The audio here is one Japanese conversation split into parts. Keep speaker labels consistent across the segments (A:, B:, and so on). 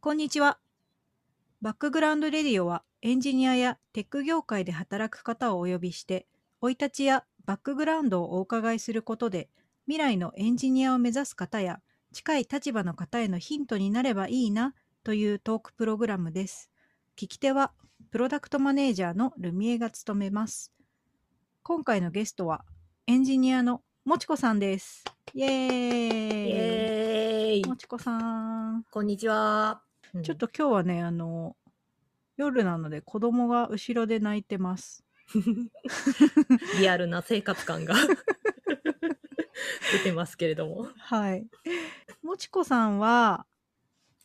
A: こんにちは。バックグラウンドレディオはエンジニアやテック業界で働く方をお呼びして、生い立ちやバックグラウンドをお伺いすることで、未来のエンジニアを目指す方や近い立場の方へのヒントになればいいなというトークプログラムです。聞き手はプロダクトマネージャーのルミエが務めます。今回のゲストはエンジニアのもちこさんです。イエーイ
B: イエーイ
A: もちこさん。
B: こんにちは。
A: ちょっと今日はね、あの、夜なので子供が後ろで泣いてます。
B: リアルな生活感が 出てますけれども。
A: はい。もちこさんは、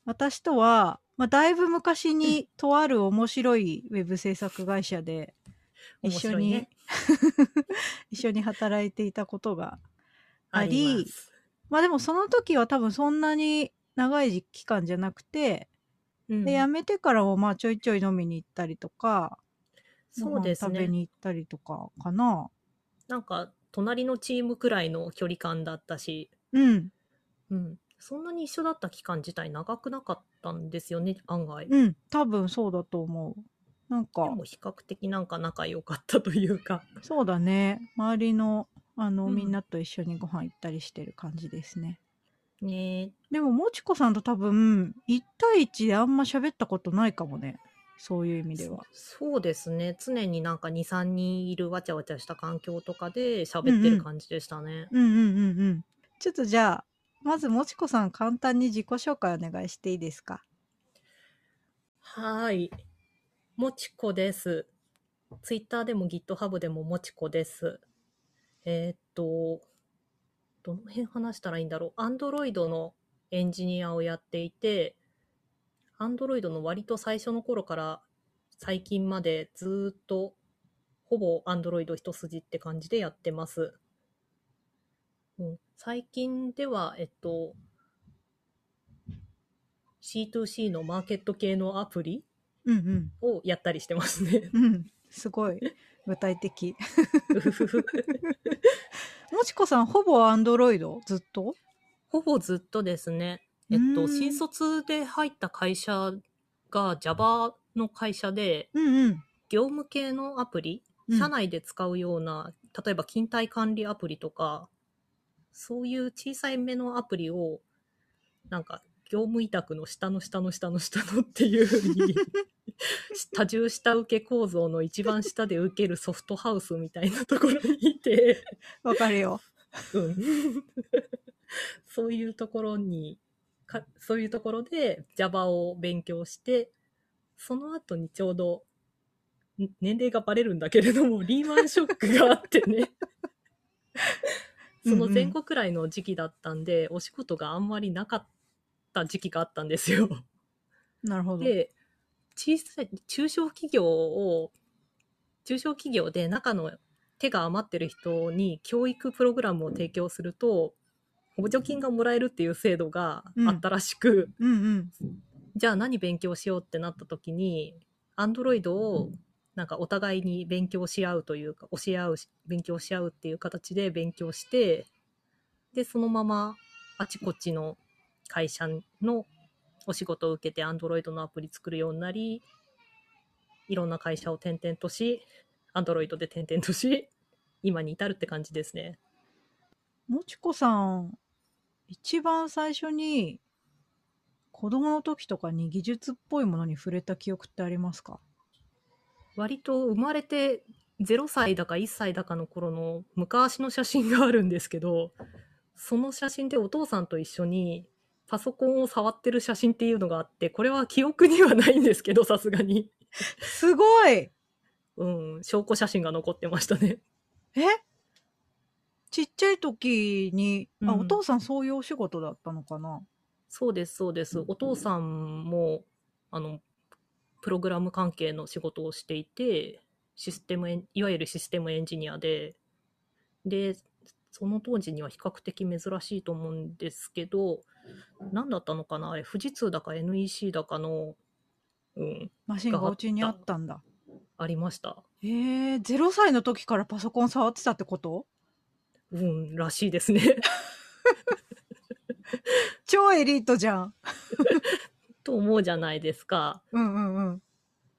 A: 私とは、まあ、だいぶ昔にとある面白いウェブ制作会社で 一
B: 面
A: 緒
B: 白い
A: に、
B: ね
A: 一緒に働いていたことが
B: あります。
A: まあでもその時は多分そんなに長い期間じゃなくて、
B: うん
A: で辞めてからもまあちょいちょい飲みに行ったりとか
B: そうです
A: ご飯食べ
B: ね。
A: に行ったりとかかな
B: なんか、隣のチームくらいの距離感だったし、
A: うん
B: うん。そんなに一緒だった期間自体長くなかったんですよね、案外。で
A: うん多分そうだと思うなんか
B: も比較的なんか仲良かったというか。
A: そうだね周りのあの、
B: うん
A: みんなと一緒にご飯行ったりしてる感じですね
B: ね
A: でももちこさんと多分1対1であんま喋ったことないかもねそういう意味では
B: そそうですね。常になんか2、3人いるわちゃわちゃした環境とかで喋ってる感じでしたね。
A: うんうんうんうんちょっとじゃあまずもちこさん簡単に自己紹介お願いしていいですか
B: はーい。もちこです。ツイッターでも GitHub でももちこです。えーっと、どの辺話したらいいんだろう。Android のエンジニアをやっていて、Android の割と最初の頃から最近までずーっとほぼ Android 一筋って感じでやってます。うん、最近では、えっと、C2C のマーケット系のアプリ
A: うん
B: をやったりしてますね。
A: うんうんすごい具体 的もちこさんほぼアンドロイドずっと
B: ほぼずっとですね、えっと、新卒で入った会社が Java の会社で、
A: うんうん
B: 業務系のアプリ、
A: うん
B: 社内で使うような、例えば勤怠管理アプリとか、そういう小さい目のアプリを、なんか、業務委託の下の下の下の下のっていうふ うに、多重下請け構造の一番下で受けるソフトハウスみたいなところにいて、
A: わかるよ
B: うん、 そういうところにか、そういうところで Java を勉強して、その後にちょうど、ん年齢がバレるんだけれども、リーマンショックがあってね、その前後くらいの時期だったんで、お仕事があんまりなかった時期があったんですよ。
A: なるほど
B: で、小さい、中小企業を、中小企業で中の手が余ってる人に教育プログラムを提供すると、補助金がもらえるっていう制度があったらしく、
A: うんうん
B: じゃあ何勉強しようってなった時に、アンドロイドをなんかお互いに勉強し合うというか、教え合うし、勉強し合うっていう形で勉強して、で、そのままあちこちの会社のお仕事を受けてアンドロイドのアプリ作るようになり、いろんな会社を転々とし、アンドロイドで転々とし、今に至るって感じですね。
A: もちこさん、一番最初に子供の時とかに技術っぽいものに触れた記憶ってありますか
B: 割と生まれて0歳だか1歳だかの頃の昔の写真があるんですけどその写真でお父さんと一緒にパソコンを触ってる写真っていうのがあってこれは記憶にはないんですけどさすがに
A: すごい
B: うん証拠写真が残ってましたね
A: えちっちゃい時に、あ、
B: うん
A: お父さんそういうお仕事だったのかな
B: そうですそうですお父さんもあのプログラム関係の仕事をしていてシステムエンいわゆるシステムエンジニアででその当時には比較的珍しいと思うんですけど何だったのかなあれ富士通だか NEC だかのうん
A: マシンがお家にあったんだ。
B: ありました
A: えー、0歳の時からパソコン触ってたってこと
B: うんらしいですね
A: 超エリートじゃん。
B: と思うじゃないですか。
A: うんうんうん。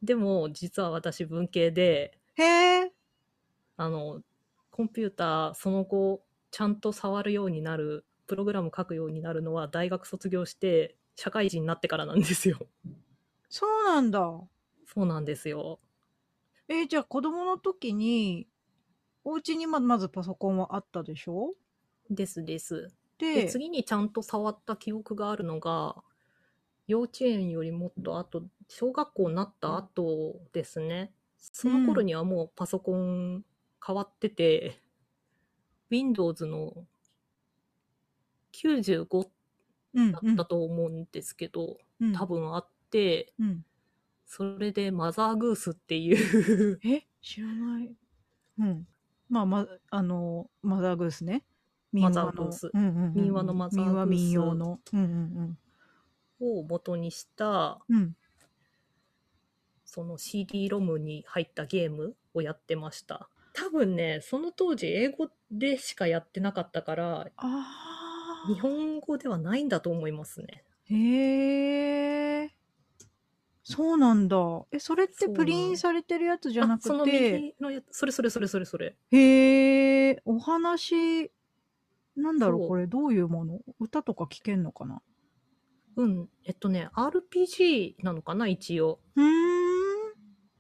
B: でも、実は私文系で、
A: へえ。
B: あの、コンピューターその後、ちゃんと触るようになる、プログラム書くようになるのは大学卒業して、社会人になってからなんですよ。
A: そうなんだ。
B: そうなんですよ。
A: えーじゃあ子供の時に、お家にままずパソコンはあったでしょ
B: ですです。で
A: で、
B: 次にちゃんと触った記憶があるのが幼稚園よりもっとあと小学校になった後ですねその頃にはもうパソコン変わってて、Windows の95
A: うん
B: だ
A: う
B: っ
A: ん
B: たと思うんですけど、
A: うん、
B: 多分あって
A: うん。
B: それでマザーグースっ ていう
A: え知らない。うん。まあ、ま、あの、マザーグースね。民話の
B: マザーグース
A: うんうんうんうん
B: 民話のマザーグース
A: 民話民謡の。うんうん
B: を元にした
A: うん。うん。
B: その CD ロムに入ったゲームをやってました。多分ね、その当時英語でしかやってなかったから、
A: ああ。
B: 日本語ではないんだと思いますね。
A: へえ。そうなんだ。え、それって
B: そう
A: プリンされてるやつじゃな
B: あそ
A: く
B: の
A: て、
B: 右のやつ、それそれそれそれそれ。
A: へえ、お話、なんだろ
B: そう
A: う、これどういうもの歌とか聞けんのかな
B: うん。えっとね、RPG なのかな、一応。
A: うーん。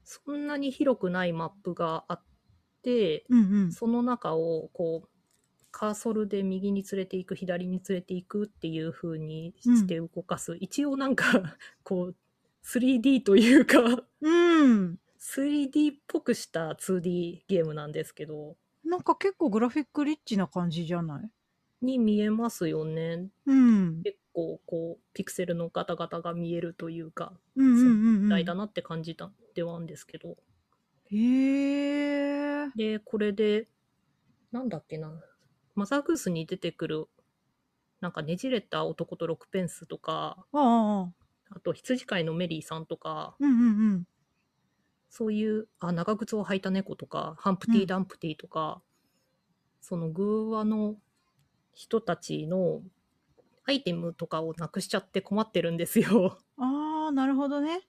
B: そんなに広くないマップがあって、
A: うんうん。
B: その中をこう、カーソルで右に連れていく、左に連れていくっていう風にして動かす。一応なんか、 こう、3D というか、
A: うん。
B: 3D っぽくした 2D ゲームなんですけど、
A: なんか結構グラフィックリッチな感じじゃない
B: に見えますよね。
A: うん。
B: 結構こう、ピクセルのガタガタが見えるというか、
A: うんうんうんう
B: 大
A: ん
B: だ。なって感じたんではあるんですけど。
A: へえ。
B: で、これで、なんだっけな、マザーグースに出てくる、なんかねじれた男と6ペンスとか、
A: ああ。
B: あと羊飼いのメリーさんとか、
A: うんうんうん。
B: そういう、あ、長靴を履いた猫とか、ハンプティ
A: うん
B: ーダンプティーとか、その偶話の人たちのアイテムとかをなくしちゃって困ってるんですよ。
A: ああ、なるほどね。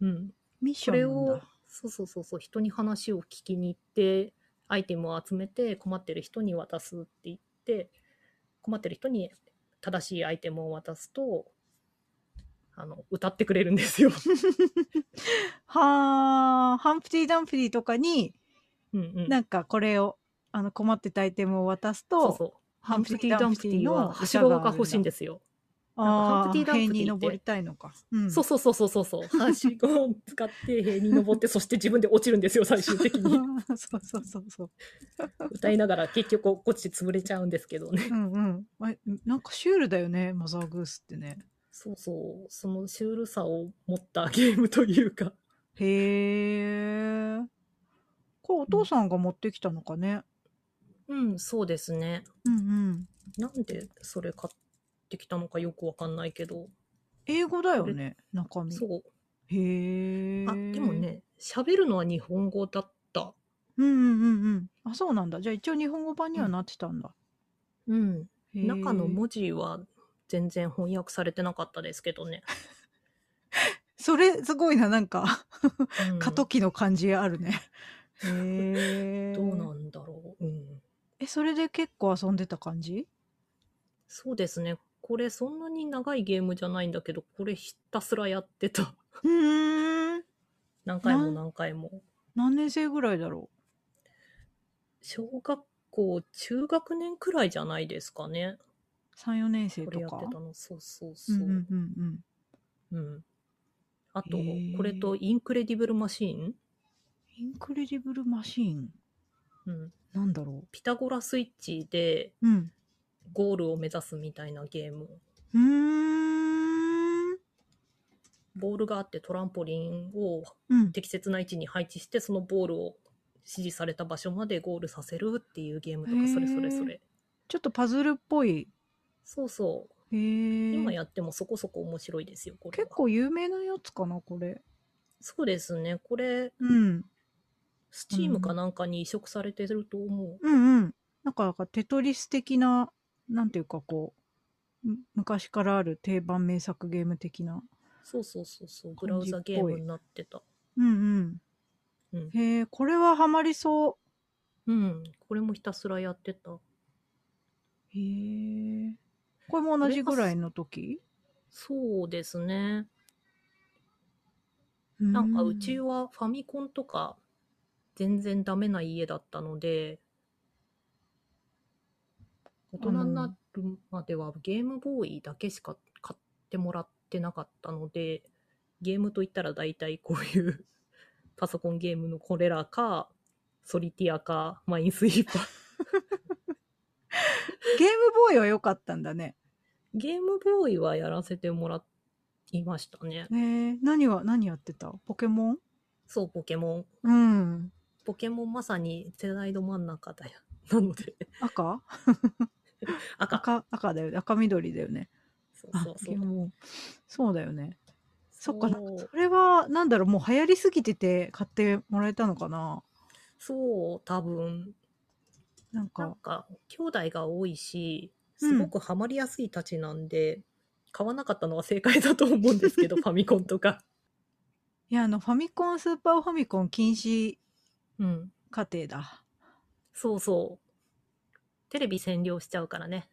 B: うん。
A: ミッシ
B: それ
A: ョンなん
B: を
A: だ。、
B: そうそうそうそう、人に話を聞きに行って、アイテムを集めて困ってる人に渡すって言って、困ってる人に正しいアイテムを渡すと、あの、歌ってくれるんですよ。
A: はあ、ハンプティ・ダンプティとかに、
B: うんうん。
A: なんかこれを、あの、困ってたアイテムを渡すと、
B: そうそう。ハンプティ・ダンプティは、はしごが欲しいんですよ。
A: あ
B: ハン
A: あ、
B: プティダンプティ
A: 塀に
B: って
A: 登りたいのか。うん、
B: そうそうそうそうそうそう。はしごを使って塀に登 って、そして自分で落ちるんですよ、最終的 に。
A: そうそうそうそう。
B: 歌いながら結局落ちて潰れちゃうんですけどね。
A: うんうん。あなんかシュールだよね、マザーグースってね。
B: そうそう。そのシュールさを持ったゲームというか。
A: へえ。これお父さんが持ってきたのかね。
B: うん、そうですね。
A: うんうん。
B: なんでそれ買ってきたのかよくわかんないけど。
A: 英語だよね、中身。
B: そう。
A: へえ。
B: あ、でも。ね、喋るのは日本語だった。
A: うんうんうんうん。あ、そうなんだ。じゃあ一応日本語版にはなってたんだ。
B: うん。
A: へー
B: 中の文字は全然翻訳されてなかったですけどね。
A: それすごいな、なんか、
B: うん
A: 過渡期の感じある ね。へえ。
B: どうなんだろう。うん。
A: え、それで結構遊んでた感じ
B: そうですね。これそんなに長いゲームじゃないんだけど、これひたすらやってた。
A: うーん。
B: 何回も
A: なん
B: 何回も。
A: 何年生ぐらいだろ
B: 小学校、中学年くらいじゃないですかね。
A: う ?3、4年生
B: ことれやって
A: か。
B: たの。そうそう
A: う
B: そう。
A: んうんうんうん。
B: うんあと
A: へー、
B: これとインクレディブルマシーン、
A: インクレディブルマシーン。
B: うん、
A: なんだろ
B: ピタゴラスイッチで
A: う。うん。
B: ゴールを目指すみたいなゲーム。
A: うーん。
B: ボールがあってトランポリンを
A: うん。
B: 適切な位置に配置して、そのボールを指示された場所までゴールさせるっていうゲームと
A: へ
B: か、
A: ー
B: それそれそれ。
A: ちょっとパズルっぽい。
B: そうそう。
A: へ
B: 今
A: え。
B: やってもそこそこ面白いですよ、これは
A: 結構有名なやつかな、これ。
B: そうですね、これ、
A: うん。
B: スチームかなんかに移植されてると思
A: うんうん。なんか、なんかテトリス的な、なんていうかこう、む昔からある定番名作ゲーム的な。
B: う。そうそうそうそう、ブラウザゲームになってた。
A: うん
B: う
A: うんん。へえ、これはハマりそ
B: うん、これもひたすらやってた。
A: う。へえ。これも同じぐらいの時
B: そうですね。なんかうち
A: を。
B: はファミコンとか全然ダメな家だったので、大人になるまではゲームボーイだけしか買ってもらってなかったので、ゲームといったら大体こういう パソコンゲームのこれらか、ソリティアか、マインスイーパー。
A: ゲームボーイは良かったんだね。
B: ゲームボーイはやらせてもらいましたね。
A: へえ、何は、何やってたポケモン
B: そう、ポケモン。
A: うん。
B: ポケモンまさに世代ど真ん中だよ。なので、
A: 赤
B: 赤。
A: 赤、赤だよね。赤緑だよね。
B: そう
A: あ
B: そうそ
A: ゲー
B: う。
A: ムボーイそうだよね。そっか、なん
B: そう
A: かそれは、なんだろう、もう流行りすぎてて買ってもらえたのかな
B: そう、多分。
A: なん
B: なん
A: か、
B: か、兄弟が多い
A: う
B: し、
A: ん
B: すごくハマりやすいたちなんで、買わなかったのは正解だと思うんですけ ど、ファミコンとか。
A: いや、あの、ファミコン、スーパーファミコン禁止
B: うん。
A: 家庭だ。
B: そうそう。テレビ占領しちゃうからね。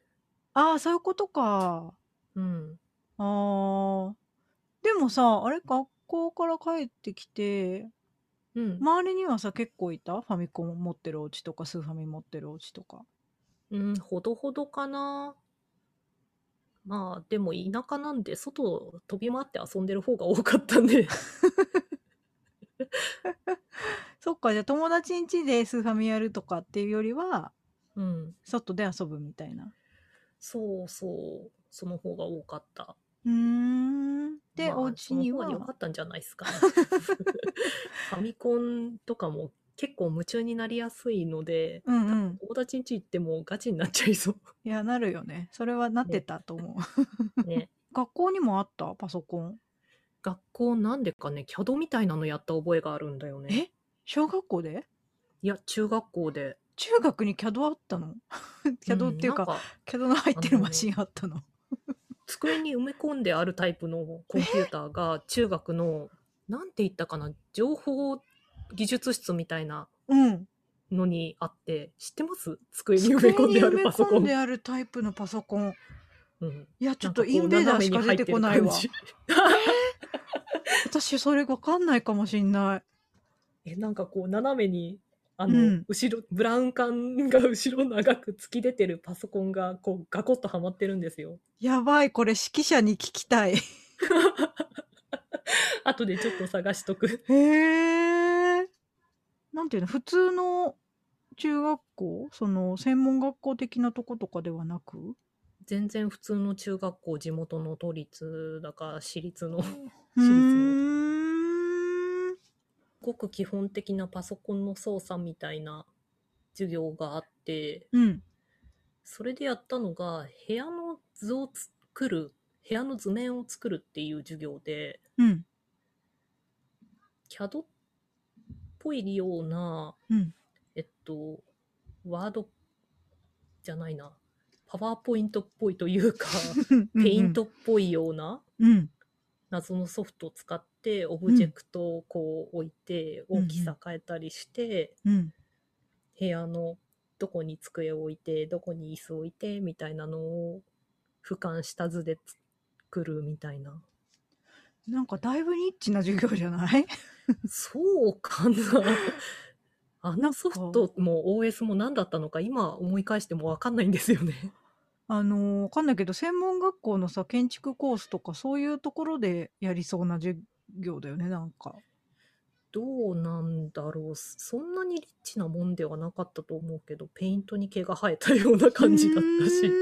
A: ああ、そういうことか。
B: うん。
A: あーでもさ、あれ、学校から帰ってきて、
B: うん。
A: 周りにはさ、結構いたファミコン持ってるお家とか、スーファミ持ってるお家とか。
B: うん、ほどほどかな。まあ、でも田舎なんで、外を飛び回って遊んでる方が多かったん で。
A: そっか、じゃあ友達ん家でスーファミやるとかっていうよりは、
B: うん。
A: 外で遊ぶみたいな。
B: そうそう。その方が多かった。
A: うーん。で、
B: まあ
A: お家には
B: その方が良かったんじゃないです かね。ファミコンとかも結構夢中になりやすいので、
A: うんうん。
B: 友達ん家行ってもガチになっちゃいそ
A: いや、なるよね。それはなってたと思う。
B: う。 ね。
A: 学校にもあったパソコン。
B: 学校なんでかね、キャドみたいなのやった覚えがあるんだよ
A: え
B: ね。
A: 小学校で
B: いや、中学校で。
A: 中学にキャドあったの キャドっていうか、
B: んなん
A: キャドの入ってるマシンあったの。
B: 机に埋め込んであるタイプのコンピューターが中学のなんて言ったかな情報技術室みたいな
A: うん。
B: のにあって知ってます机に埋め
A: 机
B: 込ん
A: に
B: であ
A: 埋
B: る
A: め
B: パソコ
A: 込ん
B: ン
A: で。あるタイプのパソコン。
B: うん
A: いや、ちょっと
B: なんか
A: イ
B: こう
A: ンベーダーしか出てこないわ
B: 斜めに入っ。てる感
A: 私、それわかんないかもしんない。
B: じ えなんかこう斜めにあの、
A: うん
B: 後ろブラウン管が後ろ長く突き出てるパソコンがこうガコッとはまってるんですよ。
A: やばい、これ指揮者に聞きたい。
B: 後でちょっと探しとく。
A: へえ。なんていうの、普通の中学校その、専門学校的なとことかではなく
B: 全然普通の中学校地元の都立だか私立の
A: う
B: 私立の
A: ーん。
B: ごく基本的なパソコンの操作みたいな授業があって、
A: うん。
B: それでやったのが、部屋の図を作る、部屋の図面を作るっていう授業で、
A: うん。
B: CAD っぽいような、
A: うん
B: えっと、ワードじゃないな、パワーポイントっぽいというか、ペイントっぽいような、
A: うん。
B: 謎のソフトを使って、オブジェクトをこう置いて、
A: うんうん
B: 大きさ変えたりして、
A: うん。
B: 部屋のどこに机を置いてどこに椅子を置いてみたいなのを俯瞰した図で作るみたいな
A: なんかだいぶニッチな授業じゃない
B: そうかなあのソフトも OS も何だったのか今思い返しても分かんないんです よね
A: あのーわかんないけど、専門学校のさ、建築コースとかそういうところでやりそうな授業だよね、なんか。
B: どうなんだろうそんなにリッチなもんではなかったと思うけどペイントに毛が生えたような感じだった
A: う
B: し
A: ーん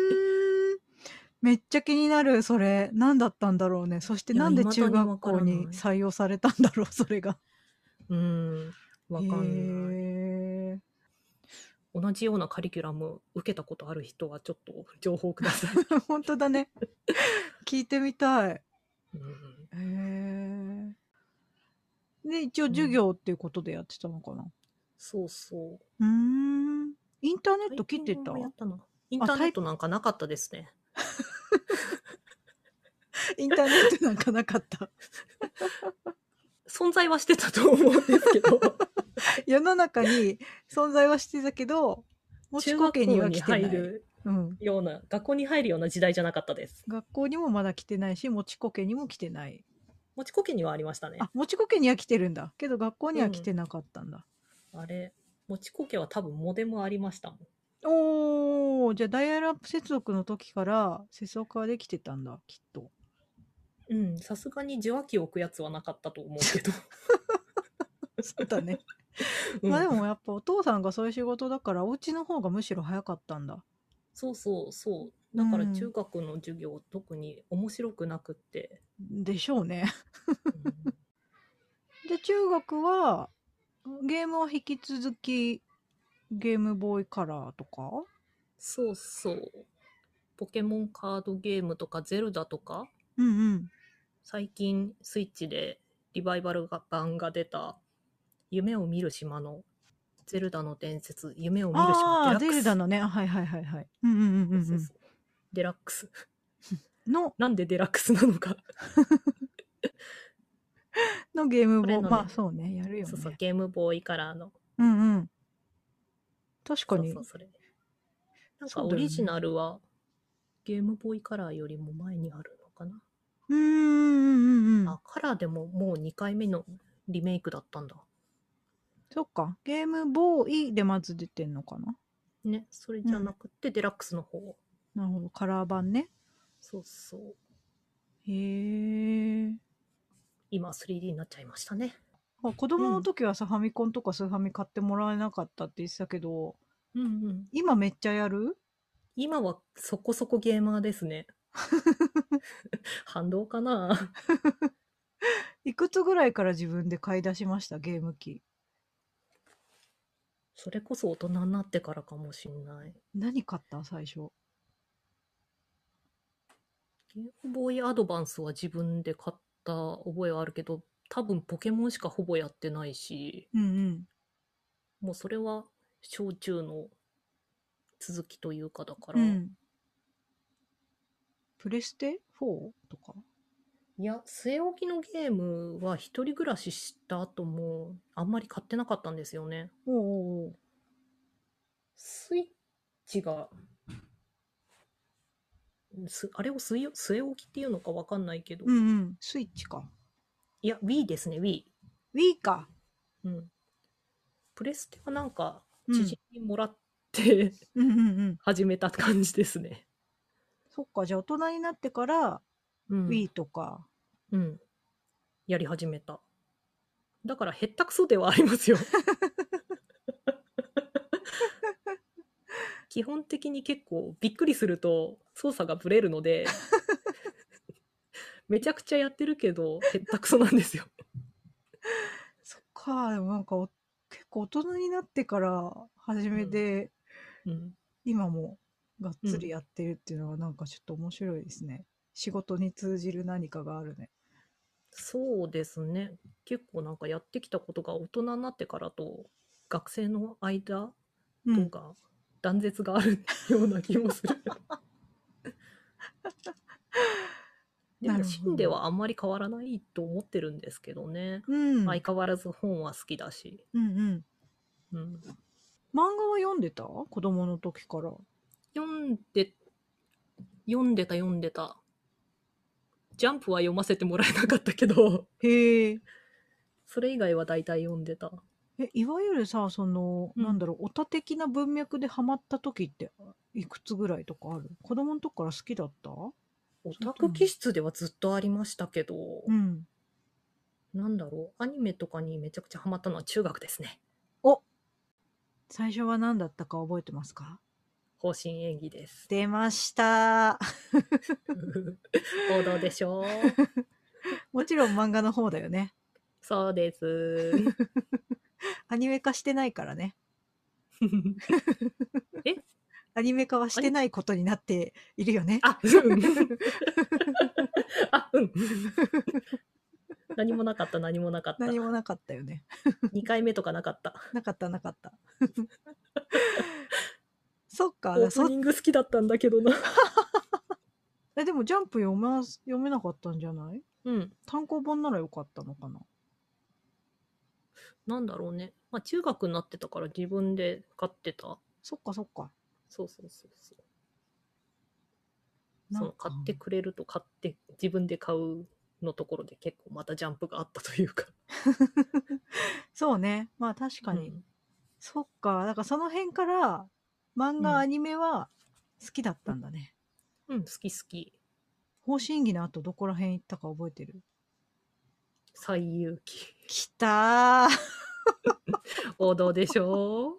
A: めっちゃ気になる、それ。何だったんだろうね。そして
B: いや
A: なんで中
B: 未だにわ
A: 学
B: から
A: 校
B: ない
A: に採用されたんだろう、それが。
B: うん分かんない
A: へー
B: 同じようなカリキュラム受けたことある人はちょっと情報く ださい
A: 本当だね。聞いてみたい。
B: うん
A: へーで、一応授業っていうことでやってたのかな。
B: そうそう。
A: うーん。インターネット切ってた
B: タイピングもやったなインターネットなんかなかったですね。
A: インターネットなんかなか った。
B: 存在はしてたと思うんですけ ど、
A: 世の中に存在はしてたけど、もち
B: 中
A: こ
B: 学
A: 家
B: 校
A: には
B: に
A: 来てな
B: 入
A: い。
B: る
A: うん。
B: ような、学校に入るような時代じゃなかったです。
A: 学校にもまだ来てないし、もちこ家にも来てない。
B: もちこけにはありましたね。
A: あ、もちこ家には来てるんだ。けど学校には来てなかったんだ。
B: あれ、もちこけは多分モデムありましたもん。
A: おー、じゃあダイヤルアップ接続の時から接続はできてたんだ、きっと。
B: うん、さすがに受話器を置くやつはなかったと思う けど。
A: そうだね。
B: うん
A: まあでもやっぱお父さんがそういう仕事だから、お家の方がむしろ早かったんだ。
B: そうそうそう。だから
A: うん
B: 中学の授業、特に面白くなくって。
A: でしょうね。
B: うん
A: で、中学は、ゲームは引き続き、ゲームボーイカラーとか
B: そうそう。ポケモンカードゲームとか、ゼルダとか、
A: うんうん。
B: 最近スイッチでリバイバルが版が出た、夢を見る島の、ゼルダの伝説、夢を見る島
A: ああー、
B: デ
A: ゼル
B: ラックス。
A: ダのね。あはいはいはいはい。うんうんうんうん
B: そ
A: ん
B: ううそう。そうデラックス。
A: の、
B: なんでデラックスなのか。
A: のゲーム
B: こ
A: ボー
B: れ
A: イ。
B: のね
A: まあそうね、やるよね。
B: そうそう、ゲームボーイカラーの。
A: うんうん。確かに
B: そうそう、それ。なん
A: そ
B: か
A: うだ
B: オ
A: よね
B: リジナルは、ゲームボーイカラーよりも前にあるのかな。
A: うーんうんうんうん
B: あ、カラーでももう2回目のリメイクだったんだ。
A: そっか。ゲームボーイでまず出てんのかな
B: ね、それじゃなくて、デラックスの方。
A: なるほど。カラー版ね。
B: そうそう。
A: へえ。
B: 今 3D になっちゃいましたね。
A: あ子供の時はさ、ファミコンとかスーファミ買ってもらえなかったって言ってたけど、
B: うんうん。
A: 今めっちゃやる
B: 今はそこそこゲーマーで すね。反動かない
A: くつぐらいから自分で買い出しました、ゲーム機。
B: それこそ大人になってからかもしんない。
A: 何買った最初。
B: ゲームボーイアドバンスは自分で買った覚えはあるけど、多分ポケモンしかほぼやってないし、
A: うんうん。
B: もうそれは小中の続きというかだから、
A: うん、プレステ 4? とか
B: いや、据え置きのゲームは一人暮らしした後もあんまり買ってなかったんですよね。
A: おうおうおう
B: スイッチが、すあれを据え据え置きっていうのかわかんないけど、
A: うん
B: い
A: うん。スイッチか。
B: や、Wii ですね、Wii。
A: Wii か。
B: うん。プレステはなんか、
A: うん
B: 知人にもらって、
A: うんうんうん。
B: 始めた感じですね。
A: そっか、じゃあ大人になってから
B: うん。
A: Wii とか。
B: うん。やり始めた。だから、へったくそではありますよ。 基本的に結構びっくりすると操作がブレるの でめちゃくちゃやってるけどへったくそなんですよ。
A: そっか、でもなんかお結構大人になってから始めて、
B: うん、
A: 今もがっつりやってるっていうのはなんかちょっと面白いですね。仕事に通じる何かがあるね。
B: そうですね結構なんかやってきたことが大人になってからと学生の間
A: う
B: と。か断絶があるような気もする。で
A: なるほど
B: も、芯ではあんまり変わらないと思ってるんですけどね。
A: うん。
B: 相変わらず本は好きだし。
A: うんうん。
B: うん、
A: 漫画は読んでた子供の時から。
B: 読んで、読んでた読んでた。ジャンプは読ませてもらえなかったけど、
A: へえ。
B: それ以外は大体読んでた。
A: え、いわゆるさ、その、
B: うん
A: なんだろう、オタ的な文脈でハマった時って、いくつぐらいとかある子供の時から好きだった
B: オタク気質ではずっとありましたけど、
A: うん。
B: なんだろう、アニメとかにめちゃくちゃハマったのは中学ですね。
A: 最初は何だったか覚えてますか
B: 方針演技です。
A: 出ました。
B: 王道でし ょう。
A: もちろん漫画の方だよね。
B: そう です。
A: アニメ化してないからね。
B: え
A: アニメ化はしてないことになっているよね。
B: あ、うん。あ、うん。何もなかった、何もなかった。
A: 何もなかったよね。
B: 2回目とかなかった。
A: なかったなか った。そっ
B: オ
A: か、
B: ー
A: そ
B: プニング好きだったんだけどな。
A: え、でもジャンプ読ま、読めなかったんじゃない
B: うん。
A: 単行本ならよかったのかな
B: なんだろうね。まあ、中学になってたから自分で買ってた。
A: そっかそっか。
B: そうそうそうそう。
A: な
B: そ
A: ん
B: の
A: か
B: 買ってくれると買って、自分で買うのところで結構またジャンプがあったというか。
A: そうね。まあ確かに。
B: うん
A: そっか。だからその辺から漫画、
B: うん
A: アニメは好きだったんだね。
B: うん、好き好き。
A: 方針儀の後どこら辺行ったか覚えてる
B: 最遊記。
A: きたー
B: 王道でしょ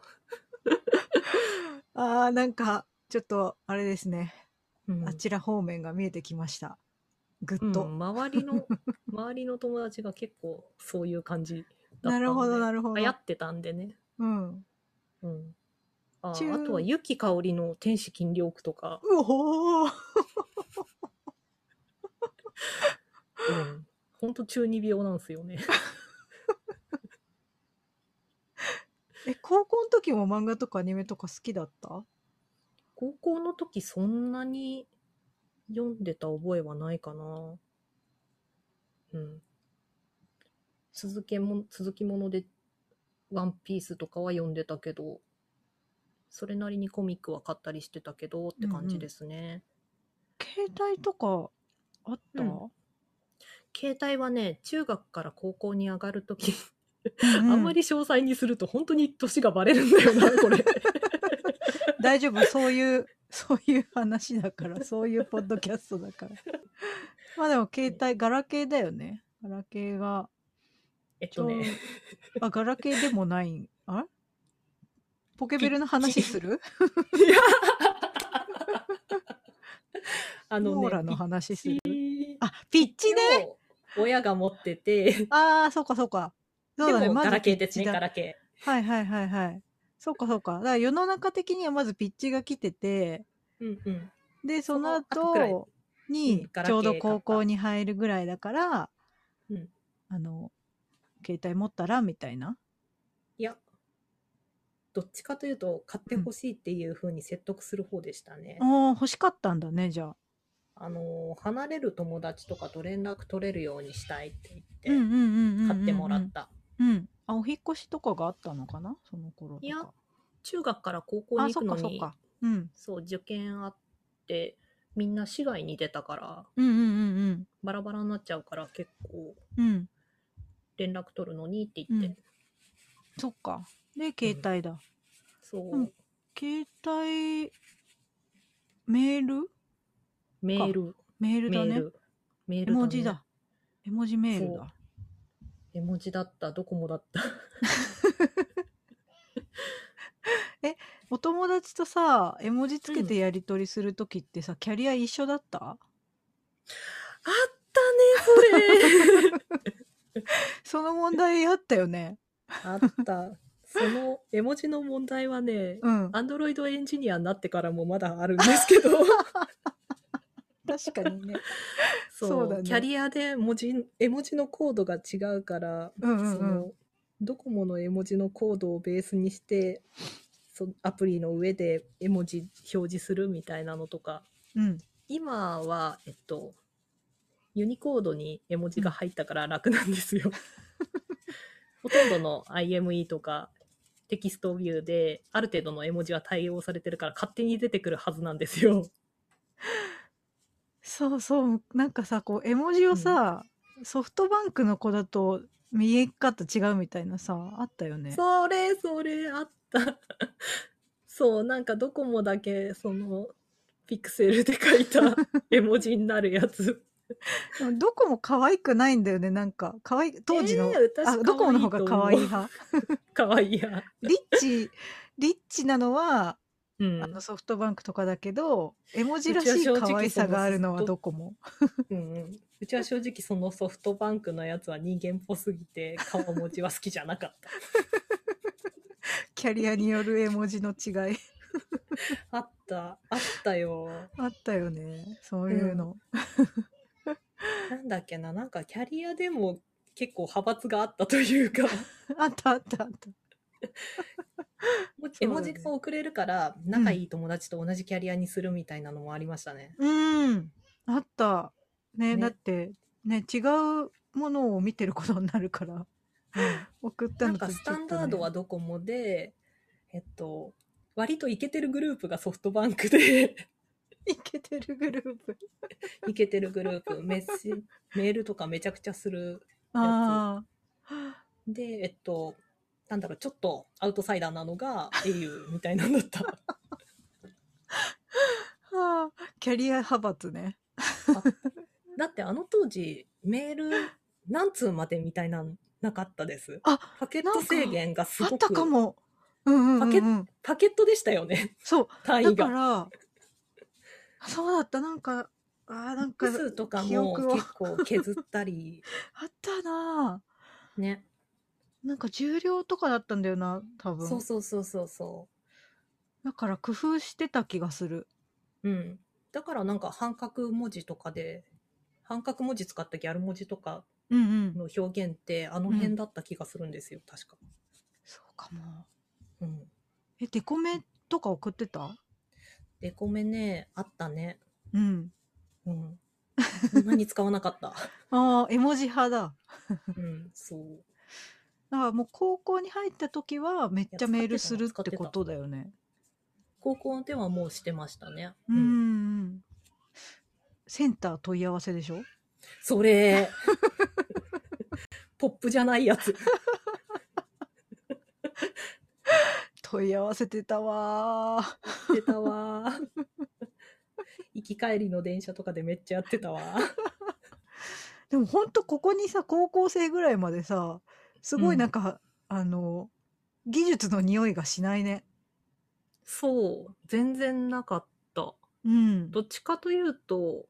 A: あーなんかちょっとあれですね、
B: う、うん
A: あちら方面が見えてきましたぐっ
B: うん
A: と、
B: 周りの、周りの友達が結構そういう感じだったので。
A: なるほどな
B: る
A: るほ
B: 流
A: ど、
B: 行ってたんでね。
A: うん、
B: うん。ああ
A: 中
B: とは、ゆきかおりの天使金良区とか、
A: うおー
B: うん。ほんと中二病なんですよね。
A: え高校の時も漫画とかアニメとか好きだった
B: 高校の時そんなに読んでた覚えはないかな。うん。続けも、続きもので、ワンピースとかは読んでたけど、それなりにコミックは買ったりしてたけどって感じですね。
A: 携帯とかあった、
B: う
A: うんん
B: 携帯はね、中学から高校に上がると
A: う
B: き、
A: ん
B: あんまり詳細にすると本当に年がバレるんだよ な、これ。
A: 大丈夫そういうそういう話だからそういうポッドキャストだからまあでも携帯ガラケーだよねガラケーが
B: えっとね。
A: あガラケーでもないんあポケベルの話する
B: あの
A: ノ
B: ね、
A: ーラの話する
B: ピ
A: あピッチね
B: ッチを親が持ってて、
A: ああそうかそうかそうだ
B: で
A: ね
B: も
A: ま
B: ガ
A: ず
B: ラケーです
A: ピッ
B: ね、
A: チだ
B: ガラケ
A: はいはいはいはいそうかそうかだから世の中的にはまずピッチが来てて
B: ー。うんうん。
A: でその
B: その後くらい
A: 後
B: う
A: に
B: んガ
A: ち
B: ラケー
A: ょうど高校に入るぐらいだから、
B: うん
A: あの携帯持ったらみたいない
B: や、どっちかというと、買ってほしいっていうふうに説得する方でしたね。
A: ああ欲しかったんだねじゃあ
B: あのー、離れる友達とかと連絡取れるようにしたいって
A: うんう
B: 言
A: んう
B: っ
A: んうんうんう
B: て、
A: ん
B: 買ってもらった。
A: うんあお引っ越しとかがあったのかなその頃とか
B: いや中学から高校
A: あ
B: に
A: そ
B: 行
A: っか
B: くの
A: そっ
B: に、
A: かうん
B: そう、受験あって、みんな市外に出たから、
A: うんうんうん
B: バラバラになっちゃうから結構
A: うんうん
B: 連絡取るのにって言って、
A: うんそっかで携帯だ、
B: そ
A: う
B: う、
A: ん携帯メール
B: メール、
A: メール
B: メ
A: だ
B: ー
A: ね
B: ル、メール
A: 絵文字
B: ね
A: だ絵文字メール
B: そう
A: だ
B: 絵文字だった、ドコモだ った。
A: お友達とさ絵文字つけてやり取りする時ってさ、キャリア一緒だった
B: あったね、それ。
A: その問題あったよね
B: あった。その絵文字の問題はね、
A: うん
B: アンドロイドエンジニアになってからもまだあるんですけ ど、
A: 確かにね
B: そう
A: そうだね
B: キャリアで文字、絵文字のコードが違うから、
A: うんうんうん
B: そのドコモの絵文字のコードをベースにして、そアプリの上で絵文字表示するみたいなのとか、
A: うん
B: 今は、えっと、ユニコードに絵文字が入ったから楽なんです よ。ほとんどの IME とかテキストビューである程度の絵文字は対応されてるから勝手に出てくるはずなんですよ。
A: そうそうなんかさこう絵文字をさ、ソフトバンクの子だと見え方違うみたいなさあったよね
B: それそれあった。 そう、なんかドコモだけそのピクセルで書 いた絵文字になるやつ。
A: でもドコモ可愛くないんだよねなんか可愛い当時の、
B: えー私
A: あドコモの方が可愛い
B: と思
A: 派
B: う。かわいいや。
A: リッチリッチなのは
B: う
A: あ
B: ん
A: の。ソフトバンクとかだけど絵文字らしい可愛さがあるのはドコモ
B: うんうん、うちは正直そのソフトバンクのやつは人間っぽすぎて顔文字は好きじゃなかっ
A: キャリアによる絵文字の違い
B: たあったあったよ
A: あったよねそういうの、
B: なんだっけななんかキャリアでも結構派閥があったというか
A: あったあったあった
B: 絵文字が送れるから仲いい友達と同じキャリアにするみたいなのもありましたね、
A: うんあったね
B: ね
A: だってね違うものを見てることになるから送った
B: な
A: の
B: ん
A: とち
B: か
A: ょっ
B: ス
A: と
B: タ
A: ね
B: ンダードはどこもで、えっと、割とイケてるグループがソフトバンクで、
A: いけてるグループ
B: イケてるグループ、メッセメールとかめちゃくちゃする。
A: あ
B: で、えっと、なんだろう、ちょっとアウトサイダーなのが au みたいなんだった。
A: ーあーキャリア派閥ね
B: だってあの当時、メール何通までみたいなんなかったです。
A: あ
B: パケット制限がす
A: あ
B: ごく。
A: ったかもうんうんうん、うん、
B: パケットでしたよね、
A: そう
B: 単
A: だ
B: 位
A: か
B: が。
A: らそうだったなんかあーなんか
B: 複数とか
A: 記
B: も
A: 憶を
B: 結構削ったり。
A: あったなぁ
B: ね。
A: なんか重量とかだったんだよな多分
B: そうそうそうそうそう。
A: だから工夫してた気がする
B: うん。だからなんか半角文字とかで、半角文字使ったギャル文字とか
A: うんうん
B: の表現ってあの辺だった気がするんですよ、確か。
A: そうかも
B: うん。
A: えデコメとか送ってた
B: デコメね、あったね。
A: うん
B: うん。そんなに使わなかった。
A: ああ絵文字派だ
B: うん、そう。
A: だからもう高校に入った時はめっちゃメールするってことだよね
B: 高校ではもうしてましたね。
A: うんうんセンター問い合わせでしょ
B: それ。 ポップじゃないやつ。
A: 問い合わせてたわー
B: 出たわー。行き帰りの電車とかでめっちゃやってたわー。
A: でもほんとここにさ高校生ぐらいまでさすごいなんか、あの技術の匂いがしないね
B: そう、全然なかった。
A: うん
B: どっちかというと、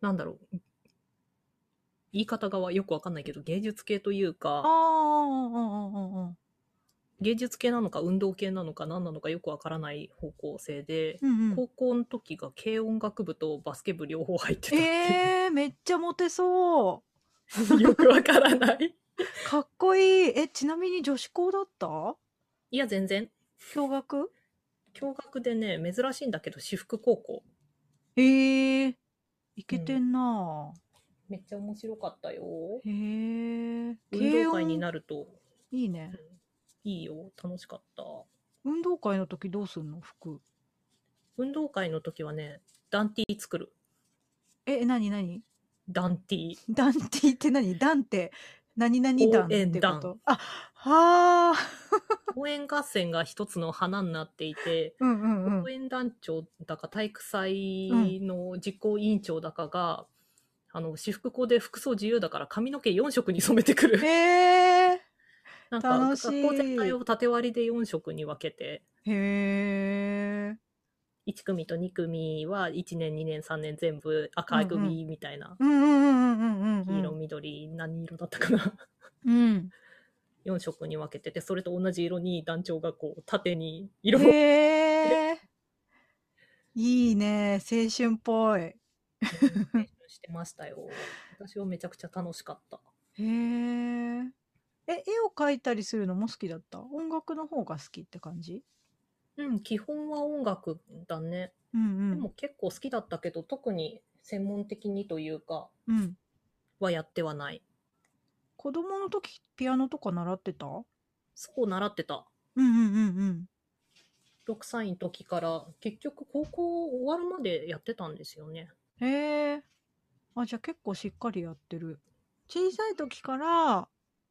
B: なんだろう。言い方がよくわかんないけど、芸術系とい
A: あー
B: う
A: あ
B: か、
A: ーあーあーあー
B: 芸術系なのか運動系なのか何なのかよくわからない方向性で、
A: うんうん
B: 高校の時が軽音楽部とバスケ部両方入ってたって
A: えー、めっちゃモテそう
B: いう、 よくわからない。
A: かっこいいえちなみに女子校だった
B: いや、全然。
A: 共学
B: 共学でね、珍しいんだけど、私服高校。
A: えー、いけてんな、
B: めっちゃ面白かったよ。
A: へえ
B: 運動会に
A: る
B: なると、
A: いいね
B: いいよ。楽しかった。
A: 運動会の時どうすんの服
B: 運動会の時はね、ダンティー作る。
A: えなになに
B: ダンティー。
A: ダンティって何ダンって何々団ってこ
B: 応
A: とあはあ
B: 応援合戦が一つの花になっていて、
A: うんうんうん
B: 応援団長だか体育祭の実行委員長だかが、あの、私服校で服装自由だから髪の毛4色に染めてくる。
A: へえ
B: なんか、
A: 楽しい
B: 学校全体を縦割りで4色に分けて、
A: へえ
B: 1組と2組は1年、2年、3年全部赤組みたいな、
A: うんうんうんうんうん
B: 黄
A: う
B: 色、
A: ん
B: 緑、何色だったかな。
A: うん
B: 4色に分けてて、それと同じ色に団長がこう、縦に色を
A: へえいいね青春っぽい
B: 練習してましたよ。私はめちゃくちゃ楽しかった。
A: へええ絵を描いたりするのも好きだった音楽の方が好きって感じ
B: うん、基本は音楽だね。
A: うん
B: でも結構好きだったけど、特に専門的にというか、
A: うんうん
B: はやってはない。
A: 子供の時ピアノとか習ってたうん
B: そう習ってた。
A: うんうんうん
B: 6歳の時から、結局高校終わるまでやってたんですよね。
A: へえ。あ、じゃあ結構しっかりやってる。小さい時から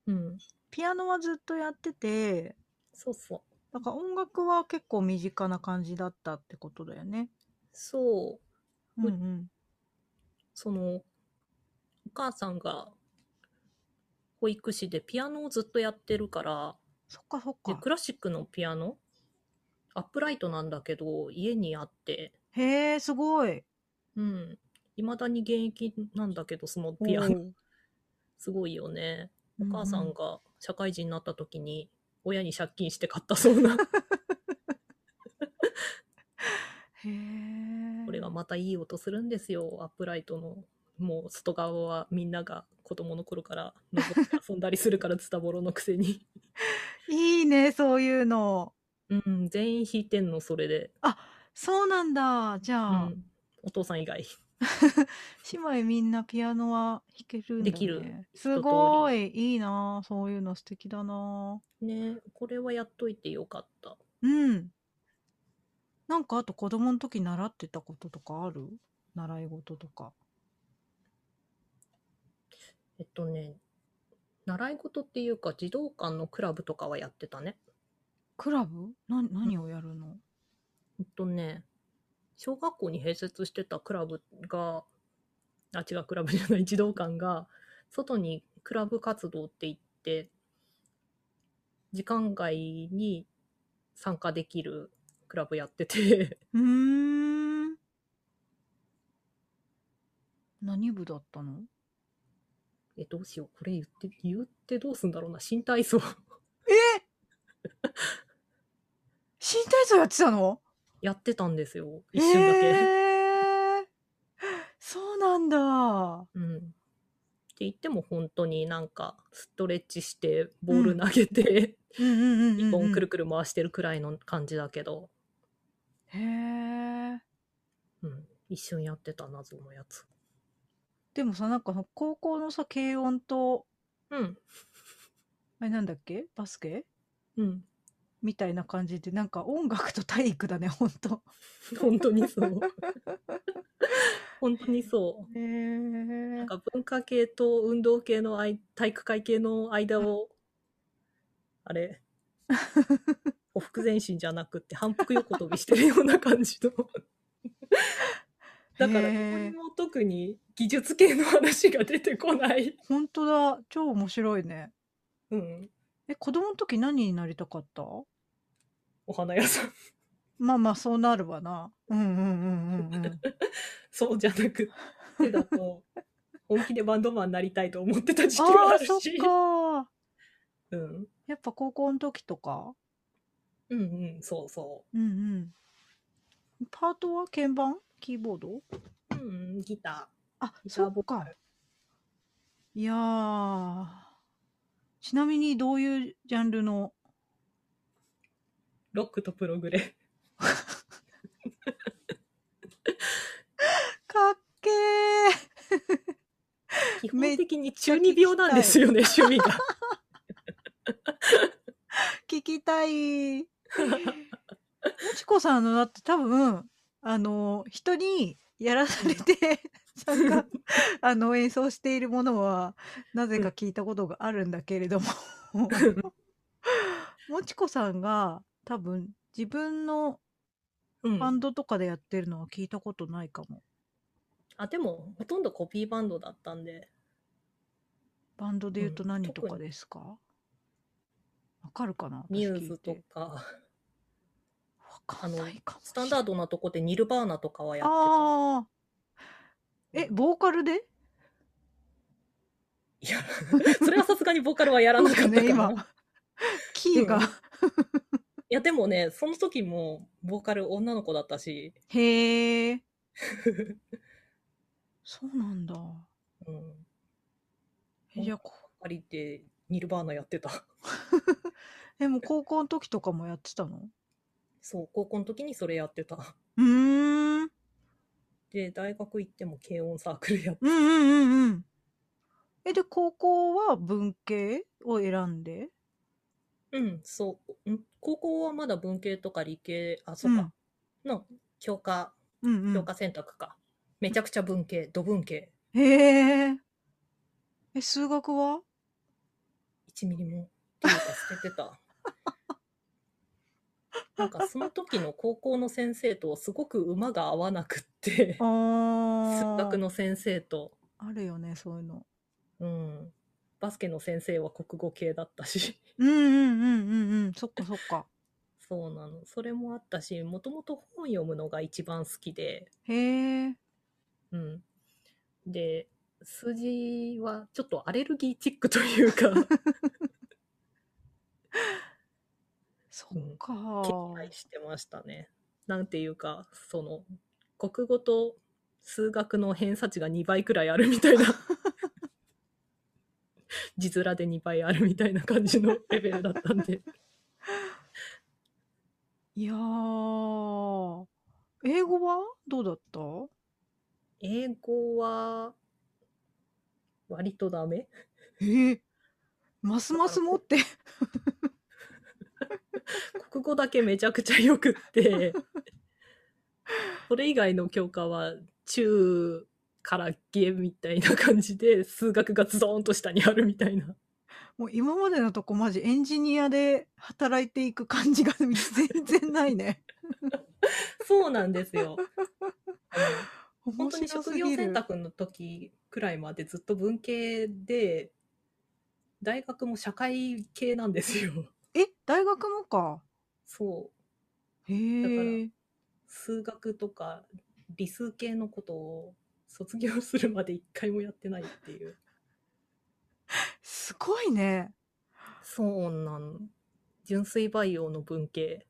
B: うん。
A: ピアノはずっとやってて、
B: そうそう。
A: だから音楽は結構身近な感じだったってことだよね。
B: そう。
A: うんうん。
B: その、お母さんが、保育士でピアノをずっとやってるから、
A: そっかそっ
B: で
A: か。
B: クラシックのピアノアップライトなんだけど、家にあって、
A: へえ、すごい。
B: うん。いまだに現役なんだけど、そのピアノ。
A: おう
B: すごいよね。お
A: うんうん
B: 母さんが社会人になった時に、親に借金して買ったそうな、
A: へえ。
B: これがまたいい音するんですよ、アップライトの。もう外側はみんなが子供の頃から登って遊んだりする から、ズタボロのくせに。
A: いいね、そういうの。
B: うん、全員弾いてんの、それで。
A: そうなんだ。じ
B: う
A: ゃあ、
B: ん。お父さん以外。
A: 姉妹みんなピアノは弾けるんだ、ね、
B: できる
A: すごいいいなあそういうの素敵だなあ
B: ねこれはやっといてよかった。
A: うんなんかあと子供の時習ってたこととかある習い事とか
B: えっとね、習い事っていうか、児童館のクラブとかはやってたね。
A: クラブな何をやるの
B: えっとね、小学校に併設してたクラブが、あ、違う、クラブじゃない、児童館が、外にクラブ活動って言って、時間外に参加できるクラブやってて、
A: うーん何部だったの
B: え、どうしよう、これ言って、言ってどうすんだろうな、新体操。
A: 新体操やってたの
B: やってたんですよ、一瞬だけ。
A: へーそうなんだ
B: うん。って言っても本当になんかストレッチしてボール投げて、
A: うんうんうん
B: 一本くる
A: く
B: くる回してるくらいの感じだけど、
A: へえ
B: うん、一瞬やってた謎のやつ。
A: でもさなんか高校のさ軽音と
B: うん、
A: あれなんだっけバスケ
B: うん、
A: みたいな感じでなんか音楽と体育だねほんと
B: 本当に そう。本当にそ
A: へ
B: う。
A: え
B: なんか文化系と運動系のあい体育会系の間を、あれ、 ほふ前進じゃなくて反復横跳びしてるような感じの。だから、ここにも特に技術系の話が出てこない。
A: ほんとだ超面白いね
B: うん。
A: え子供の時何になりたかった
B: お花屋さん。
A: まあまあそうなるわなうんうんうんうんうん
B: そうじゃなくてだ と、本気でバンドマンになりたいと思ってた 時期は
A: あ
B: あ
A: ーそ
B: る
A: っ
B: し。
A: か
B: うん。
A: やっぱ高校の時とか
B: うんうん、そうそ
A: うんうんパートは鍵盤キーボード
B: う。うんうん、ギタ
A: あ
B: ギタ
A: そ
B: ーボ
A: っ
B: ーカ
A: かいやーちなみにどういうジャンルの
B: ー、ロックとプログレ。
A: かっけー
B: 基本的に中二病なんですよ ね、趣味が。
A: 聞きた いもちこさんのだって多分あの人にやらされ て参加あの演奏しているものはなぜか聞いたことがあるんだけれどももちこさんが多分自分の
B: うん
A: バンドとかでやってるのは聞いたことないかも、
B: あ、でも、ほとんどコピーバンドだったんで。
A: バンドで言うと
B: うん
A: 何と
B: 特に
A: かですかわ、かるかな
B: ミュ
A: 私
B: ー
A: 聞
B: ズ
A: いて
B: とか、
A: わかんないかも
B: スタンダードなとこでニルバーナとかはやってた。
A: ああーえボーカルで
B: いや、 それはさすがにボーカルはやらなかった
A: そうだね
B: かな。
A: 今キーが、
B: うんいや、でもね、その時も、ボーカル女の子だったし、
A: へえそうなんだ
B: うん。
A: えじゃあこ
B: 借りて、ニルバーナやってた。
A: でも高校の時とかもやってたの
B: そう、高校の時にそれやってた。
A: うーんうん
B: で、大学行っても軽音サークルやって、
A: うんうんうんえで高校は文系を選んで
B: うん、そう、ん高校はまだ文系とか理系、あ、そうか、の教科、
A: うんうんう
B: 教
A: ん
B: 科選択か。めちゃくちゃ文系、土文系、
A: へええ数学は
B: 1ミリも、っていうか捨ててた。 なんかその時の高校の先生とすごく馬が合わなくって
A: あ、
B: 数
A: ー
B: 学の先生と、
A: あるよねそういうの
B: うん。バスケの先生は国語系だったし。
A: うんうんうんうんうんそっかそっか
B: そうなの。それもあったし、もともと本読むのが一番好きで、
A: へえ
B: うん。で、数字はちょっとアレルギーチックというか、
A: そっか
B: 警戒してましたね。なんていうか、その、国語と数学の偏差値が2倍くらいあるみたいな。字面で2倍あるみたいな感じのレベルだったんで。
A: いやー英語はどうだった
B: 英語は、割とダメ
A: ええますます持って。
B: 国語だけめちゃくちゃよくって、それ以外の教科は中から下みたいな感じで、数学がズドーンと下にあるみたいな。
A: もう今までのとこマジエンジニアで働いていく感じが全然ないね。
B: そうなんです よ。あの本
A: 面
B: 当に
A: 白す
B: 職
A: ぎ
B: 業選
A: る。
B: 択の時くらいまでずっと文系で、大学も社会系なんですよ。
A: え、大学もか。
B: そう。
A: へえ。
B: 数学とか理数系のことを卒業するまで一回もやってないっていう。
A: すごいね。
B: そうなん。純粋培養の文系。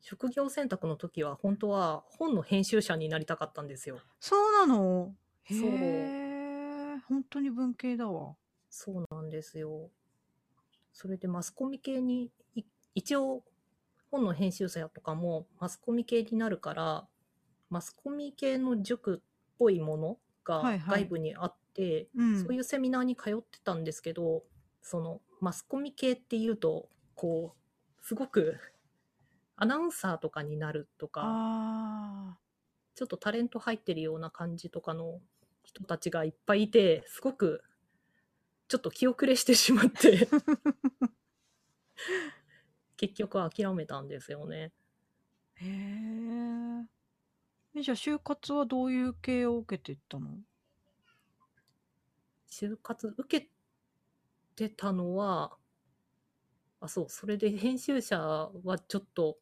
B: 職業選択の時は本当は本の編集者になりたかったんですよ。
A: そうなの。へ
B: そう
A: え。本当に文系だわ。
B: そうなんですよ。それでマスコミ系に、い一応本の編集者とかもマスコミ系になるから、マスコミ系の塾っぽいもの
A: は
B: が
A: いはい
B: 外部にあって、
A: うん。
B: そういうセミナーに通ってたんですけど、そのマスコミ系っていうと、こう、すごくアナウンサーとかになるとか、
A: ああ。
B: ちょっとタレント入ってるような感じとかの人たちがいっぱいいて、すごくちょっと気遅れしてしまって、結局諦めたんですよね。
A: へえ。えじゃあ就活はどういう系を受けていったの
B: 就活受けてたのは、あ、そう、それで編集者はちょっと、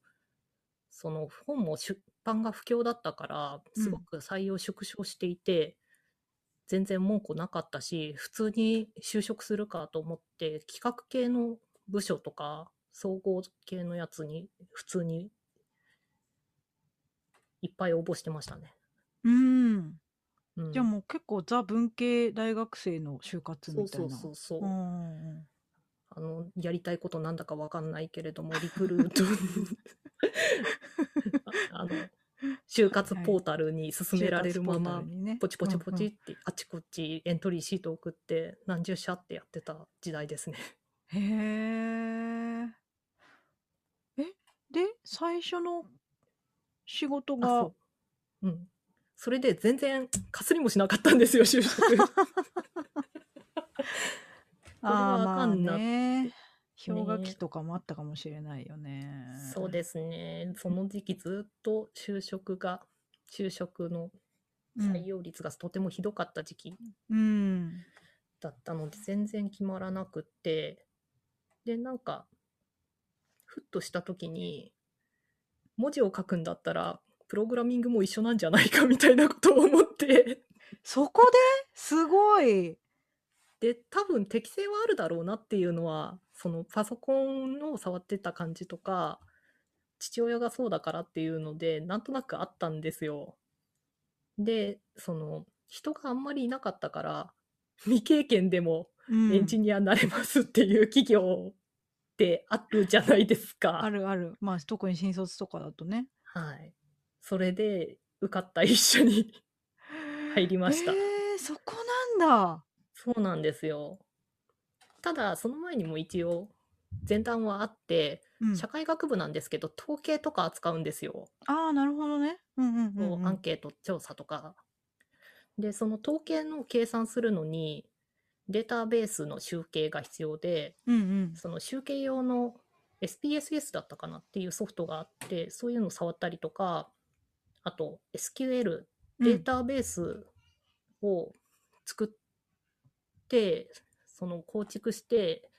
B: その本も出版が不況だったから、
A: うん
B: すごく採用縮小していて、全然文句なかったし、普通に就職するかと思って、企画系の部署とか、総合系のやつに、普通にいっぱい応募してましたね。
A: うん。
B: うん、
A: じゃあもう結構ザ文系大学生の就活
B: そう
A: みた
B: そ
A: いうな。
B: そうそう。
A: うんうん。
B: あの、やりたいことなんだかわかんないけ れども、リクルートああの、就活ポータルに進められるまま、ポチポチポチって、あちこちエントリーシート送って、何十社ってやってた時代ですね。
A: へえ。え、で、最初の仕事
B: あ、
A: が
B: そ、う。うん。それで全然かすりもしなかったんですよ、就職。
A: あー
B: これはあかんな
A: まあ
B: っ
A: ね。氷河
B: ね
A: 期とかもあったかもしれないよね。
B: そうですね。その時期ずっと就職が、就職の
A: うん
B: 採用率がとてもひどかった時期
A: うん。
B: だったので全然決まらなくってでなんかふっとした時に文字を書くんだったらプログラミングも一緒なんじゃないかみたいなことを思って
A: そこですごい。
B: で多分適性はあるだろうなっていうのはそのパソコンを触ってた感じとか父親がそうだからっていうのでなんとなくあったんですよ。でその人があんまりいなかったから未経験でも
A: うん
B: エンジニアになれますっていう企業ってあるじゃないですか。
A: あるある。まあ、特に新卒とかだとね。
B: はい。それで受かった一緒に。入りました
A: えー、そこなんだ。
B: そうなんですよ。ただ、その前にも一応、前段はあって、
A: うん、
B: 社会学部なんですけど、統計とか扱うんですよ。
A: ああ、なるほどね。うんうんうん、
B: こ
A: う。
B: うんアンケート調査とか。で、その統計の計算するのに、データベースの集計が必要で、
A: うんうん。
B: その集計用の SPSS だったかなっていうソフトがあって、そういうの触ったりとか、あと SQL、
A: うん
B: データベースを作って、その構築して、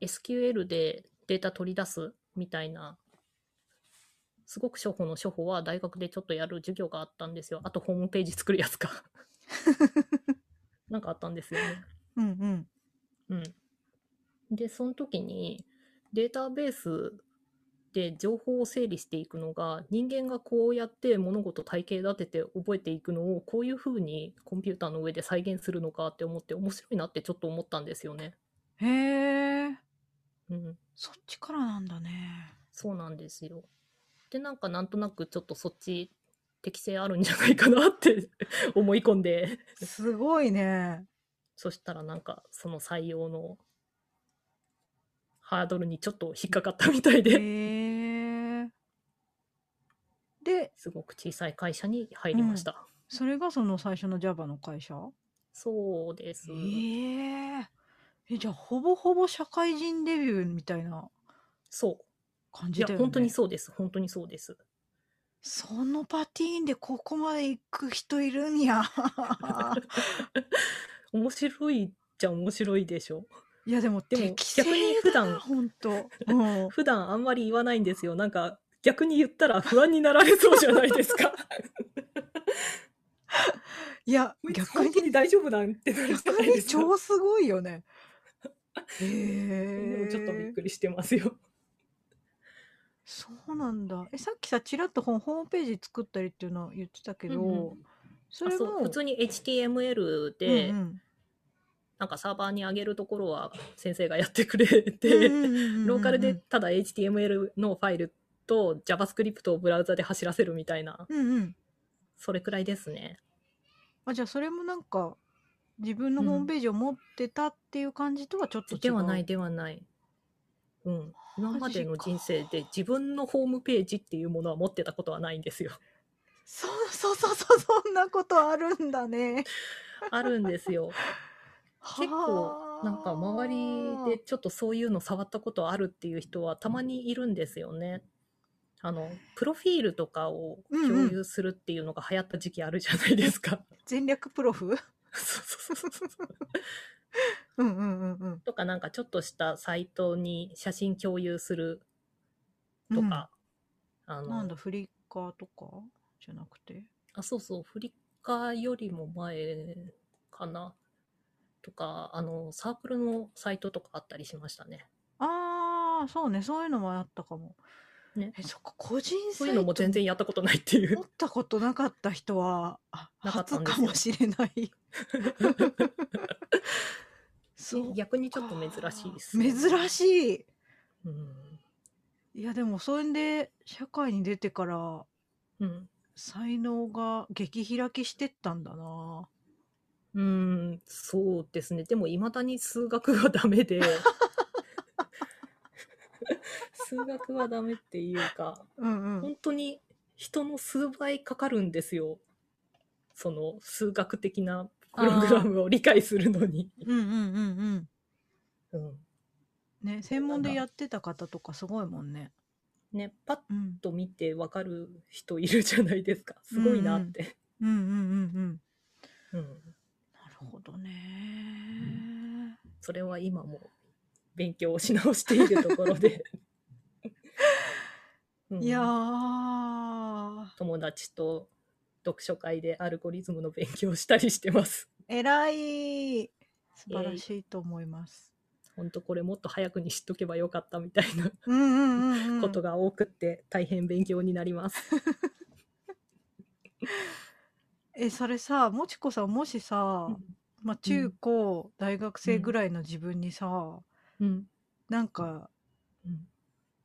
B: SQL でデータ取り出すみたいな、すごく初歩の初歩は大学でちょっとやる授業があったんですよ。あとホームページ作るやつ か。なんかあったんですよね。
A: うんうん。
B: うん。で、その時にデータベースで情報を整理していくのが人間がこうやって物事体系立てて覚えていくのをこういう風にコンピューターの上で再現するのかって思って面白いなってちょっと思ったんですよね。
A: へえ。
B: うん。
A: そっち からなんだね。
B: そうなんですよ。で、なんかなんとなくちょっとそっち適性あるんじゃないかなって 思い込んで、
A: すごいね。
B: そしたらなんかその採用のハードルにちょっと引っかかったみたい
A: へ
B: で、
A: え。で、
B: すごく小さい会社に入りました。
A: それがその最初の Java の会社
B: そうです。
A: ええ。え、じゃあ、ほぼほぼ社会人デビューみたいな
B: そう。
A: 感
B: い
A: じ
B: や
A: だ、よね。
B: 本当にそうです。本当にそうです。
A: そのパティーンでここまで行く人いるん や。
B: 面白いっちゃ面白いでしょ。
A: いやでも
B: でも
A: 適正だな
B: 逆に普段
A: 本当。うん。
B: 普段あんまり言わないんですよ。なんか逆に言ったら不安になられそうじゃないです か。
A: いや
B: こいつ
A: 逆
B: 本当
A: に
B: に大丈夫なんてなるじゃ
A: 逆
B: ないで
A: に
B: すか。
A: 超すごいよ ね。へ
B: でも
A: え。
B: ちょっとびっくりしてますよ。
A: そうなんだ。えさっきさちらっとホホームページ作ったりっていうの言ってたけど、
B: うんうん
A: そ
B: あ
A: れ
B: そう
A: も
B: 普通に HTML で、
A: うんうん
B: なんかサーバーに上げるところは先生がやってくれて、
A: うんうんうんうんうん
B: ローカルでただ HTML のファイルと JavaScript をブラウザで走らせるみたいな、
A: うんうん。
B: それくらいですね。
A: あじゃあそれもなんか自分のホームページを持ってたっていう感じとはちょっと違う。
B: ではない、ではない。うん。今までの人生で自分のホームページっていうものは持ってたことはないん ですよ。
A: そうそうそうそうそんなことあるんだね。
B: あるんですよ。結構
A: はあ
B: なんか周りでちょっとそういうの触ったことあるっていう人はたまにいるんですよね。あのプロフィールとかを
A: うんうん
B: 共有するっていうのが流行った時期あるじゃないです か。
A: 全略プロフ
B: そうそうそうそう
A: うんうんうんうん
B: とかなんかちょっとしたサイトに写真共有する
A: うん。
B: とか、あ
A: なん
B: の
A: だフリッカーとかじゃなくて。
B: あそうそうフリッカーよりも前かなとかあのサークルのサイトとかあったりしましたね。
A: ああそうねそういうのもあったかも。
B: ね
A: えそっか個人
B: そ
A: サ
B: うい
A: イ
B: うのも
A: ト
B: 全然やったことないっていう
A: 持っ。たことなかった人はあ
B: なかった
A: 初
B: んです
A: か
B: よ
A: もしれない。そう
B: 逆にちょっと珍しいです、
A: 珍
B: い、
A: しい。
B: うん
A: いやでもそれで社会に出てから
B: うん
A: 才能が激開きしてったんだな。
B: うんそうですねでもいまだに数学はダ メで数学はダメっていうか
A: うんうん。
B: 本当に人の数倍かかるんですよその数学的なプログラムを理解するのに、
A: うんうんうんうん。
B: うん、
A: ね、専門でやってた方とかすごいもんね。
B: ねパッ
A: うん。
B: と見てわかる人いるじゃないですかすごいなって、
A: うんうんうんうん。
B: うん、
A: なるほどね。
B: それは今も勉強をし直しているところ で、うん
A: いやー、
B: 友達と読書会でアルゴリズムの勉強をしたりしてます
A: 偉い。素晴らしいと思います。
B: ほんとこれもっと早くに知っとけばよかったみたいな
A: うんうんうん、うん。
B: ことが多くって大変勉強になります、
A: え、それさ、もちこさん、もしさ、まあ、中高、大学生ぐらいの自分にさ、
B: うん
A: なんか
B: うん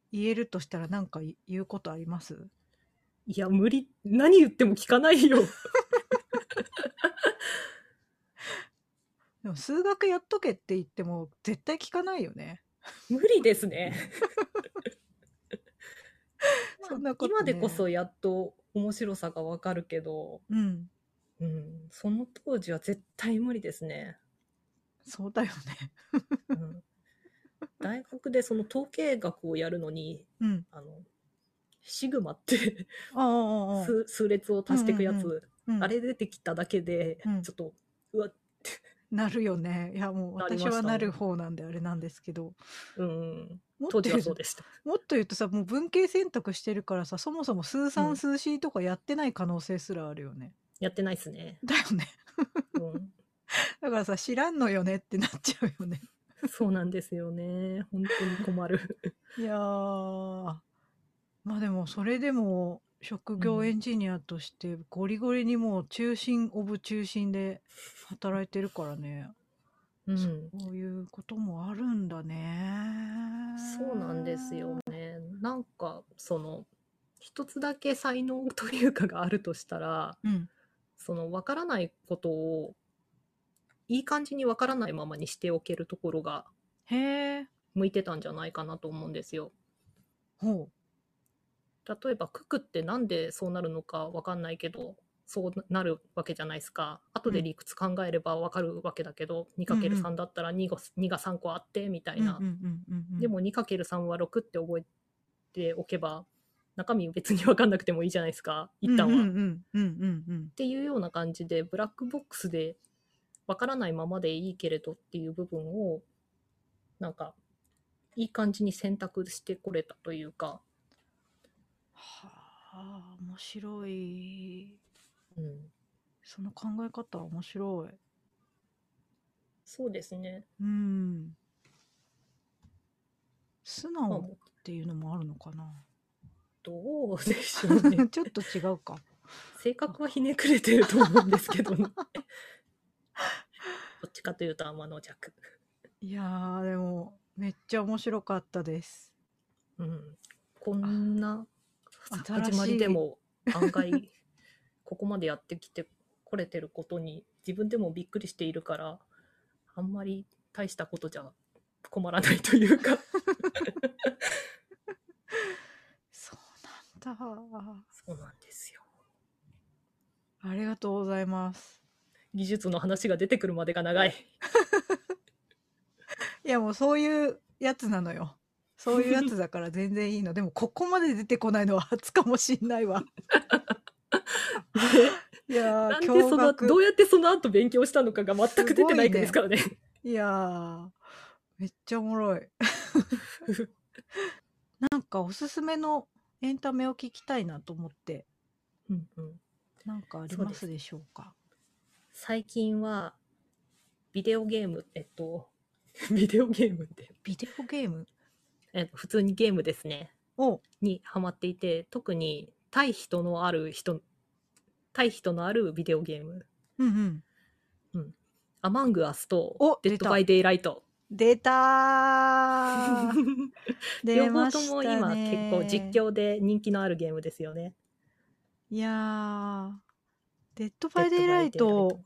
A: 言えるとしたら、なんかい言うことあります
B: いや無理何言っても聞かないよ
A: でも数学やっとけって言っても、絶対聞かないよね。
B: 無理ですね
A: そんなことね
B: 今でこそやっと面白さがわかるけど
A: うん。
B: うん、その当時は絶対無理ですね。
A: そうだよね。
B: うん、 大学でその統計学をやるのに、
A: うん。
B: あの、シグマって
A: ああああああ。
B: 数数列を足していくやつ、
A: うんうん
B: あれ出てきただけで、
A: うん
B: ちょっと、うわ、
A: なるよね。いやもう
B: なり
A: 私
B: ましたね
A: はなる方なんであれなんですけど、
B: うん、
A: もっと
B: 当時
A: 言
B: は
A: う
B: そうでした。
A: もっと言うとさ、もう文系選択してるからさ、そもそも数
B: う
A: 三
B: ん
A: 数四とかやってない可能性すらあるよね。
B: やってないっすね。
A: だよね。
B: うん、
A: だからさ、知らんのよねってなっちゃうよね。
B: そうなんですよね。本当に困 る。
A: いやー、まあでもそれでも職業エンジニアとしてゴリゴリにもう中心オブ中心で働いてるからね。
B: うん、
A: こういうこともあるんだね。
B: そうなんですよね。なんか、その、一つだけ才能というかがあるとしたら、
A: うん。
B: その分からないことをいい感じに分からないままにしておけるところが
A: へえ。
B: 向いてたんじゃないかなと思うんですよ。
A: ほ
B: 例えばククってなんでそうなるのか分かんないけどそうなるわけじゃないですか後で理屈考えれば分かるわけだけど、
A: うんう
B: 2×3 だったら 2, が2が3個あってみた
A: う。
B: いな、
A: うんうんうんうんうん
B: でも 2×3 は6って覚えておけば中身別に分かんなくてもいいじゃないですか一旦は、
A: うんう
B: っ
A: んうんうんうん
B: ていうような感じでブラックボックスで分からないままでいいけれどっていう部分をなんかいい感じに選択してこれたというか、
A: はあ面白い
B: うん、
A: その考え方面白い
B: そうですね、
A: うん素
B: まあ
A: 直っていうのもあるのかな。
B: どうでしょう ね
A: ちょっと違うか
B: 性格はひねくれてると思うんですけ どね。どっちかというと天の弱。
A: いやーでもめっちゃ面白かったです
B: うん。こんな
A: あ新しい
B: 始まりでも案外ここまでやってきてこれてることに自分でもびっくりしているからあんまり大したことじゃ困らないというか
A: そうなんだ
B: そうなんですよ。
A: ありがとうございます
B: 技術の話が出てくるまでが長い。
A: いやもうそういうやつなのよそういうやつだから全然いいのでもここまで出てこないのは初かもしんない わいや
B: な
A: ー
B: んでその
A: 驚愕
B: どうやってその後勉強したのかが全く出てないですからね。
A: いやーめっちゃおもろい なんかおすすめのエンタメを聞きたいなと思って
B: うんうん
A: なんかありますでしょうか
B: 最近はビデオゲームえっと ビデオゲームって、
A: ビデオゲーム
B: えっと、普通にゲームですね
A: を
B: にハマっていて特に対人のある人対人のあるビデオゲーム
A: うんうん
B: 「アマングアス」と
A: お
B: 「デッ
A: 出
B: ド・
A: た
B: バイ・デイ・ライト
A: 出たー」 出
B: 両
A: ま
B: 方
A: した
B: と
A: ね
B: も今結構実況で人気のあるゲームですよね。
A: いやーデッド
B: デ
A: バイデイライト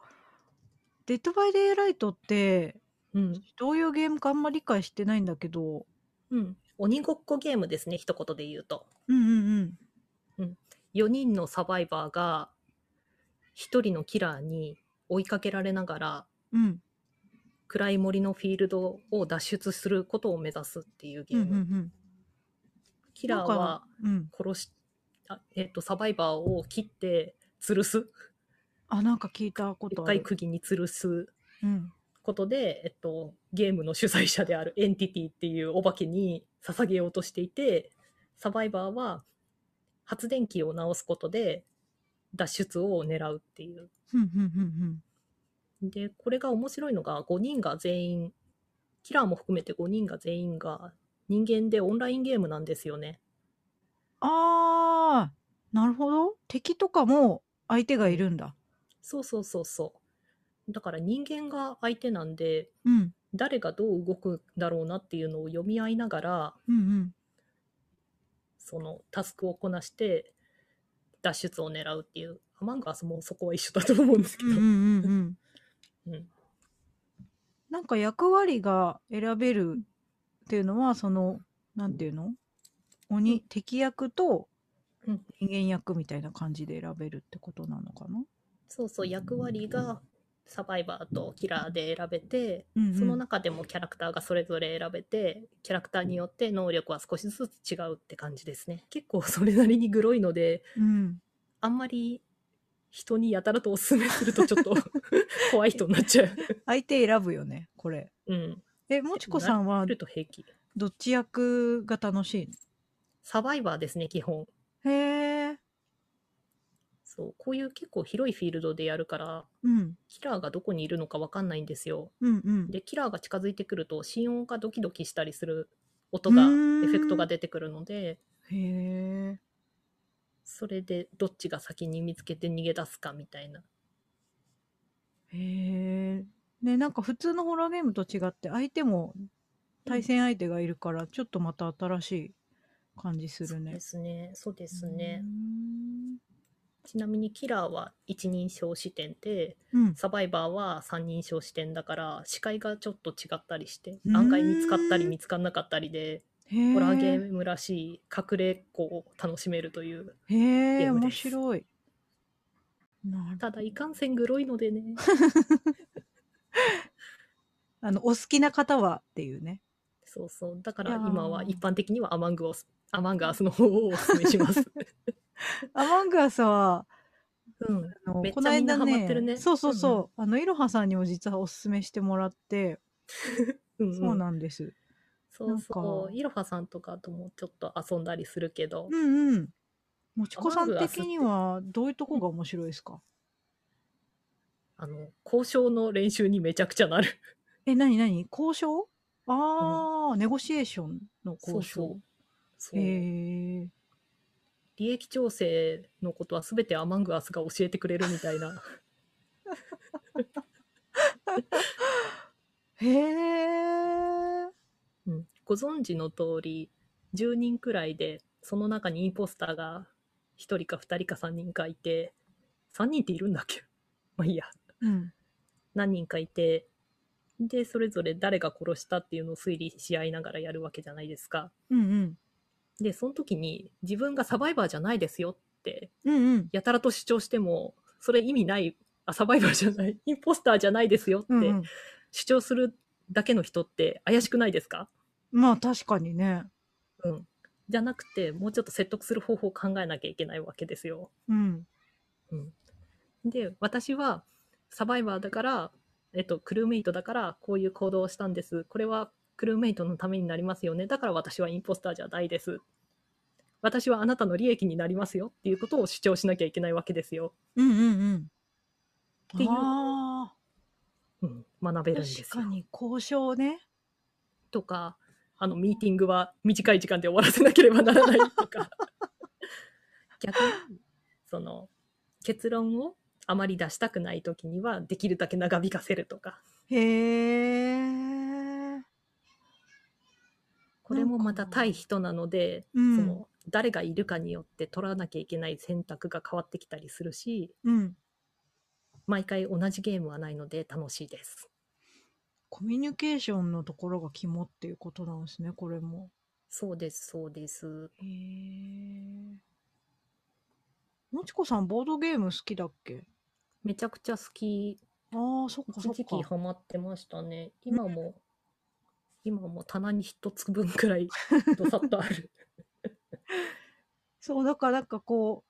A: デッドバイデイライトって
B: うん、
A: どういうゲームかあんま理解してないんだけど
B: うん、鬼ごっこゲームですね一言で言うと。
A: うんうん
B: 4人のサバイバーが1人のキラーに追いかけられながら
A: うんうん
B: 暗い森のフィールドを脱出することを目指すっていうゲ
A: う
B: ー
A: ん
B: ム、
A: うんうん
B: キラーは
A: うん
B: 殺しあ、えっとサバイバーを切って吊るす
A: あなんか聞いたこ
B: 一
A: とあ
B: 回
A: る
B: 釘に吊るす
A: うん
B: ことで、えっと、ゲームの主催者であるエンティティっていうお化けに捧げようとしていてサバイバーは発電機を直すことで脱出を狙うっていう
A: ふんふんふんふん
B: で、これが面白いのが、5人が全員、キラーも含めて5人が全員が人間でオンラインゲームなんですよね。
A: ああ、なるほど。敵とかも相手がいるんだ。
B: そうそうそうそう。だから人間が相手なんで、
A: うん、
B: 誰がどう動くだろうなっていうのを読み合いながら、
A: うん、うん。
B: そのタスクをこなして、脱出を狙うっていう。アマンガースもそこは一緒だと思うんですけ
A: う
B: ど
A: ん、う。ん、うんうん。
B: うん
A: なんか役割が選べるっていうのは、その、なんていうの鬼、敵役と
B: うん
A: 人間役みたいな感じで選べるってことなのかな
B: そうそう、役割がサバイバーとキラーで選べて、
A: うんうん
B: その中でもキャラクターがそれぞれ選べて、キャラクターによって能力は少しずつ違うって感じですね。結構それなりにグロいので、
A: うん。
B: あんまり人にやたらとおすすめするとちょっと 怖い人になっちゃう。
A: 相手選ぶよね、これ。
B: うん。
A: え、もちこさんは
B: 見ると平気。
A: どっち役が楽しい
B: サバイバーですね、基本。
A: のへえ。
B: そう、こういう結構広いフィールドでやるから、
A: うん、
B: キラーがどこにいるのかわかんないんですよ。
A: うん、うん。
B: でキラーが近づいてくると心音がドキドキしたりする音がエ
A: う
B: フ
A: ーん
B: ェクトが出てくるので
A: へえ。
B: それでどっちが先に見つけて逃げ出すかみたいな
A: へえ。ね、なんか普通のホラーゲームと違って相手も対戦相手がいるからちょっとまた新しい感じする
B: で
A: ね。
B: すね。そうです
A: う
B: ね
A: ー。ん
B: ちなみにキラーは一人称視点で、
A: うん。
B: サバイバーは三人称視点だから、視界がちょっと違ったりして
A: う、ん
B: 案外見つかったり見つかんなかったりで、
A: へ
B: ホラーゲ
A: え。
B: ームらしい隠れっ子を楽しめるという。
A: へえ、
B: ゲーム
A: 面
B: です
A: 白い。なる
B: ただ、いかんせんグロいので ね。
A: あの、お好きな方はっていう ね。
B: そうそう。だから
A: いやー
B: 今は一般的にはアマングをす、アマンガースの方をお勧めします。
A: アマングアスは、
B: うん。
A: あの
B: めっちゃ
A: この間
B: みんなハマってるね
A: そうそうそう。あの、いろはさんにも実はおすすめしてもらって、
B: うんうん、
A: そうなんです。
B: そうそ
A: なん
B: う。いろはさんとかともちょっと遊んだりするけど、
A: うんうん。もちこさ
B: ア
A: ん
B: マングアスっ
A: 的
B: て
A: にはどういうとこが面白いですか
B: あの、交渉の練習にめちゃくちゃな る。
A: え、なになに交渉ああ、ネゴシエーションの交渉。
B: そう。
A: へえ。
B: 利益調整のことは全てアマングアスが教えてくれるみたいな。
A: へえ。
B: うん、ご存知の通り、10人くらいで、その中にインポスターが1人か2人か3人かいて、3人っているんだっけ まあいいや。
A: うん。
B: 何人かいて、で、それぞれ誰が殺したっていうのを推理し合いながらやるわけじゃないですか。
A: うんうん。
B: で、その時に自分がサバイバーじゃないですよって、
A: うんうん。
B: やたらと主張しても、それ意味ない、あ、サバイバーじゃない、インポスターじゃないですよって
A: うんうん、
B: 主張するだけの人って怪しくないですか
A: まあ確かにね。
B: うん。じゃなくて、もうちょっと説得する方法を考えなきゃいけないわけですよ。
A: うん。
B: うん。で、私はサバイバーだから、えっと、クルーメイトだから、こういう行動をしたんです。これはクルーメイトのためになりますよね。だから私はインポスターじゃないです。私はあなたの利益になりますよっていうことを主張しなきゃいけないわけですよ。
A: うんうんうん。
B: っていう
A: あ
B: うん、学べ
A: ー
B: るんですよ。
A: 確かに交渉ね。
B: とか、あの、ミーティングは短い時間で終わらせなければならないとか。 逆に、その、結論をあまり出したくない時には、できるだけ長引かせるとか。
A: へえ。
B: これもまた
A: なんか
B: 対人なので、
A: うん
B: その、誰がいるかによって取らなきゃいけない選択が変わってきたりするし、
A: うん。
B: 毎回同じゲームはないので楽しいです。
A: コミュニケーションのところが肝っていうことなんですね、これも。
B: そうです、そうです。
A: へえ。もちこさん、ボードゲーム好きだっけ
B: めちゃくちゃ好き
A: ああ、そっか
B: 一
A: そっ
B: 時期
A: か。
B: ハマってましたね。今も、今も棚に一つ分くら いどさっとある。
A: そう、だからなんかこ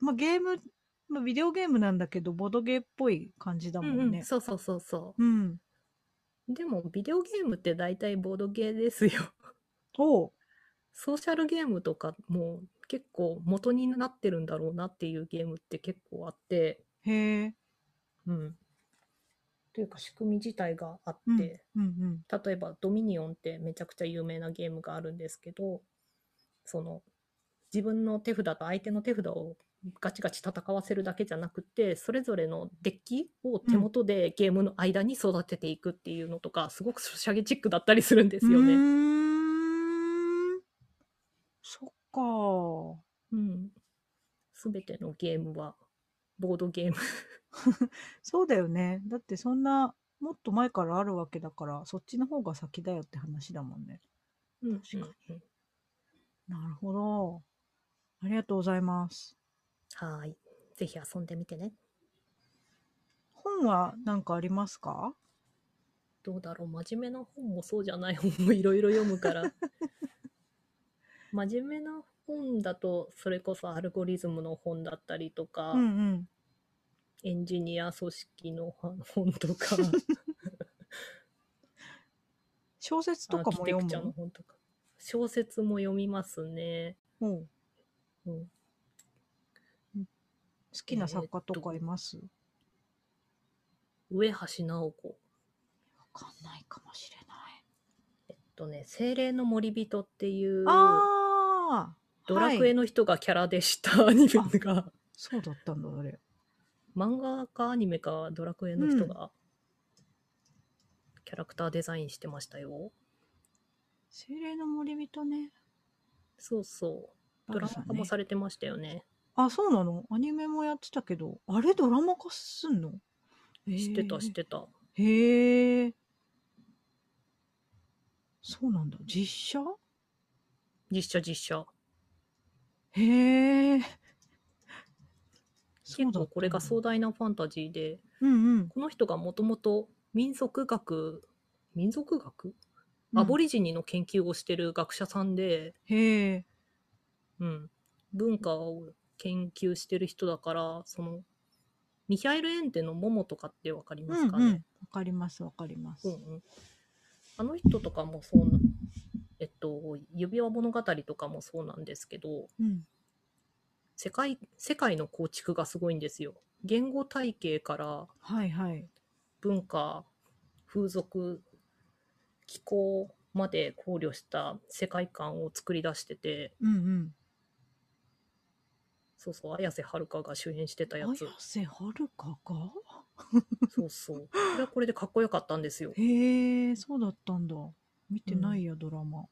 A: う、まあ、ゲーム、まあ、ビデオゲームなんだけど、ボードゲーっぽい感じだ
B: う
A: も
B: んうんん、
A: ね。
B: そうそうそうそ
A: うん。
B: う。でも、ビデオゲームって大体ボードゲーですよ。
A: おう
B: ソーシャルゲームとかも結構元になってるんだろうなっていうゲームって結構あって、
A: へえ。
B: うん。というか仕組み自体があって、
A: うん。うんうん。
B: 例えばドミニオンってめちゃくちゃ有名なゲームがあるんですけど、その自分の手札と相手の手札をガチガチ戦わせるだけじゃなくて、それぞれのデッキを手元でゲームの間に育てていくっていうのとか、すごくソシャゲチックだったりするんで
A: う
B: すよね。
A: ーん。そっか。
B: うん。すべてのゲームは、ボードゲーム。
A: そうだよね。だってそんな、もっと前からあるわけだから、そっちの方が先だよって話だもんね。
B: うん
A: 確かになるほど。ありがとうございます。
B: はーい。ぜひ遊んでみてね。
A: 本は何かありますか
B: どうだろう真面目な本もそうじゃない本も いろいろ読むから 真面目な本だとそれこそアルゴリズムの本だったりとか、
A: うんうん。
B: エンジニア組織の本本とか
A: 小説 とかも
B: アーキテ
A: 読
B: クチャの
A: む
B: 本とか小説も読みますね、
A: のうん好
B: うん、好
A: きな作家とかいます、
B: 上橋直子
A: わかんないかもしれない。
B: えっとね「精霊の森人」っていう
A: ああ
B: ドラクエ
A: はい、
B: の人がキャラでしたアニメが、
A: そうだったんだ、あれ。
B: 漫画かアニメかドラクエの人がキャラクターデザインしてましたよ。
A: 精霊の森人ね。
B: そうそう。ドラマ化もさ
A: れ
B: れてましたよね。
A: あ、そうなのアニメもやってたけど、あれドラマ化すんの
B: 知ってた、
A: へ
B: 知っ
A: ー
B: てた。
A: へえ。そうなんだ。実写
B: 実写、実写。
A: へえ。
B: 結構これが壮
A: だっ
B: 大なファンタジーで、
A: たんだ。うんうん。
B: この人がもともと民族学、民族学
A: うん
B: アボリジニの研究をしてる学者さんで、
A: へえ。
B: うん、文化を研究してる人だから、その、ミヒャエル・エンテのモモとかってわかりま
A: うんう
B: す
A: ん。
B: か
A: わ
B: ね、
A: かります、わかりま
B: うん
A: す。
B: うんあの人とかもそうな、えっと、指輪物語とかもそうなんですけど、
A: うん。
B: 世界、世界の構築がすごいんですよ。言語体系から
A: はいはい。
B: 文化、風俗、気候まで考慮した世界観を作り出してて、
A: うんうん。
B: そうそう、綾瀬はるかが主演してたや
A: 綾
B: つ。
A: 瀬はるかが
B: そうそう。これはこれでかっこよかったんですよ。
A: へえ、そうだったんだ。見てないや、ドラマ。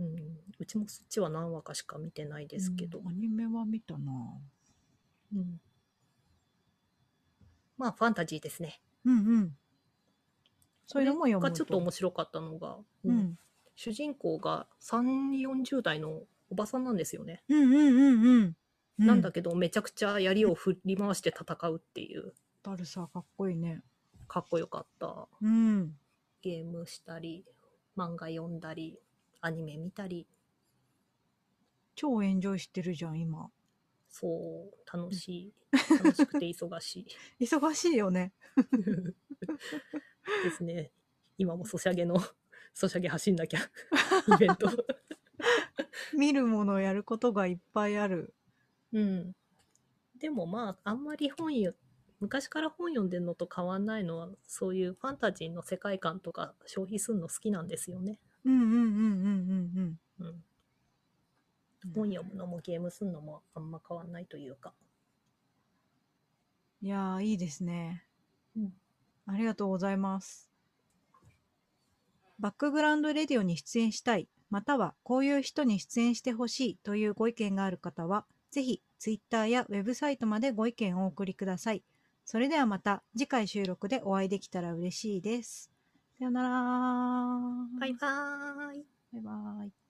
B: うん、うちもそっちは何話かしか見てないですけど。
A: うんアニメは見たな。
B: うんまあ、ファンタジーですね。
A: うんうん。そういうのも読む
B: がちょっと面白かったのが、
A: う
B: うん
A: ん。
B: 主人公が3、40代のおばさんなんですよね。
A: うんうんうんうん。
B: なんだ
A: っ
B: けど、めちゃくちゃ槍を振り回して戦うっていう、
A: けダルサーかっこいいね。
B: かっこよかった
A: うん。
B: ゲームしたり、漫画読んだり、アニメ見たり、
A: 超エンジョイしてるじゃん、今。
B: そう、楽しい。楽しくて忙しい。
A: 忙しいよね。
B: ですね。今もソシャゲの、ソシャゲ走んなきゃ、イベント。
A: 見るものをやることがいっぱいある。
B: うん。でもまあ、あんまり本よ、昔から本読んでるのと変わんないのは、そういうファンタジーの世界観とか消費するの好きなんですよね。
A: うんうんうんうんうんうん。
B: うん。本読むのもゲームするのもあんま変わんないというか。
A: いやー、いいですね。
B: うん
A: ありがとうございます。バックグラウンドレディオに出演したい、またはこういう人に出演してほしいというご意見がある方は、ぜひ Twitter やウェブサイトまでご意見をお送りください。それではまた次回収録でお会いできたら嬉しいです。さよなら。
B: バイバーイ。
A: バイバイ。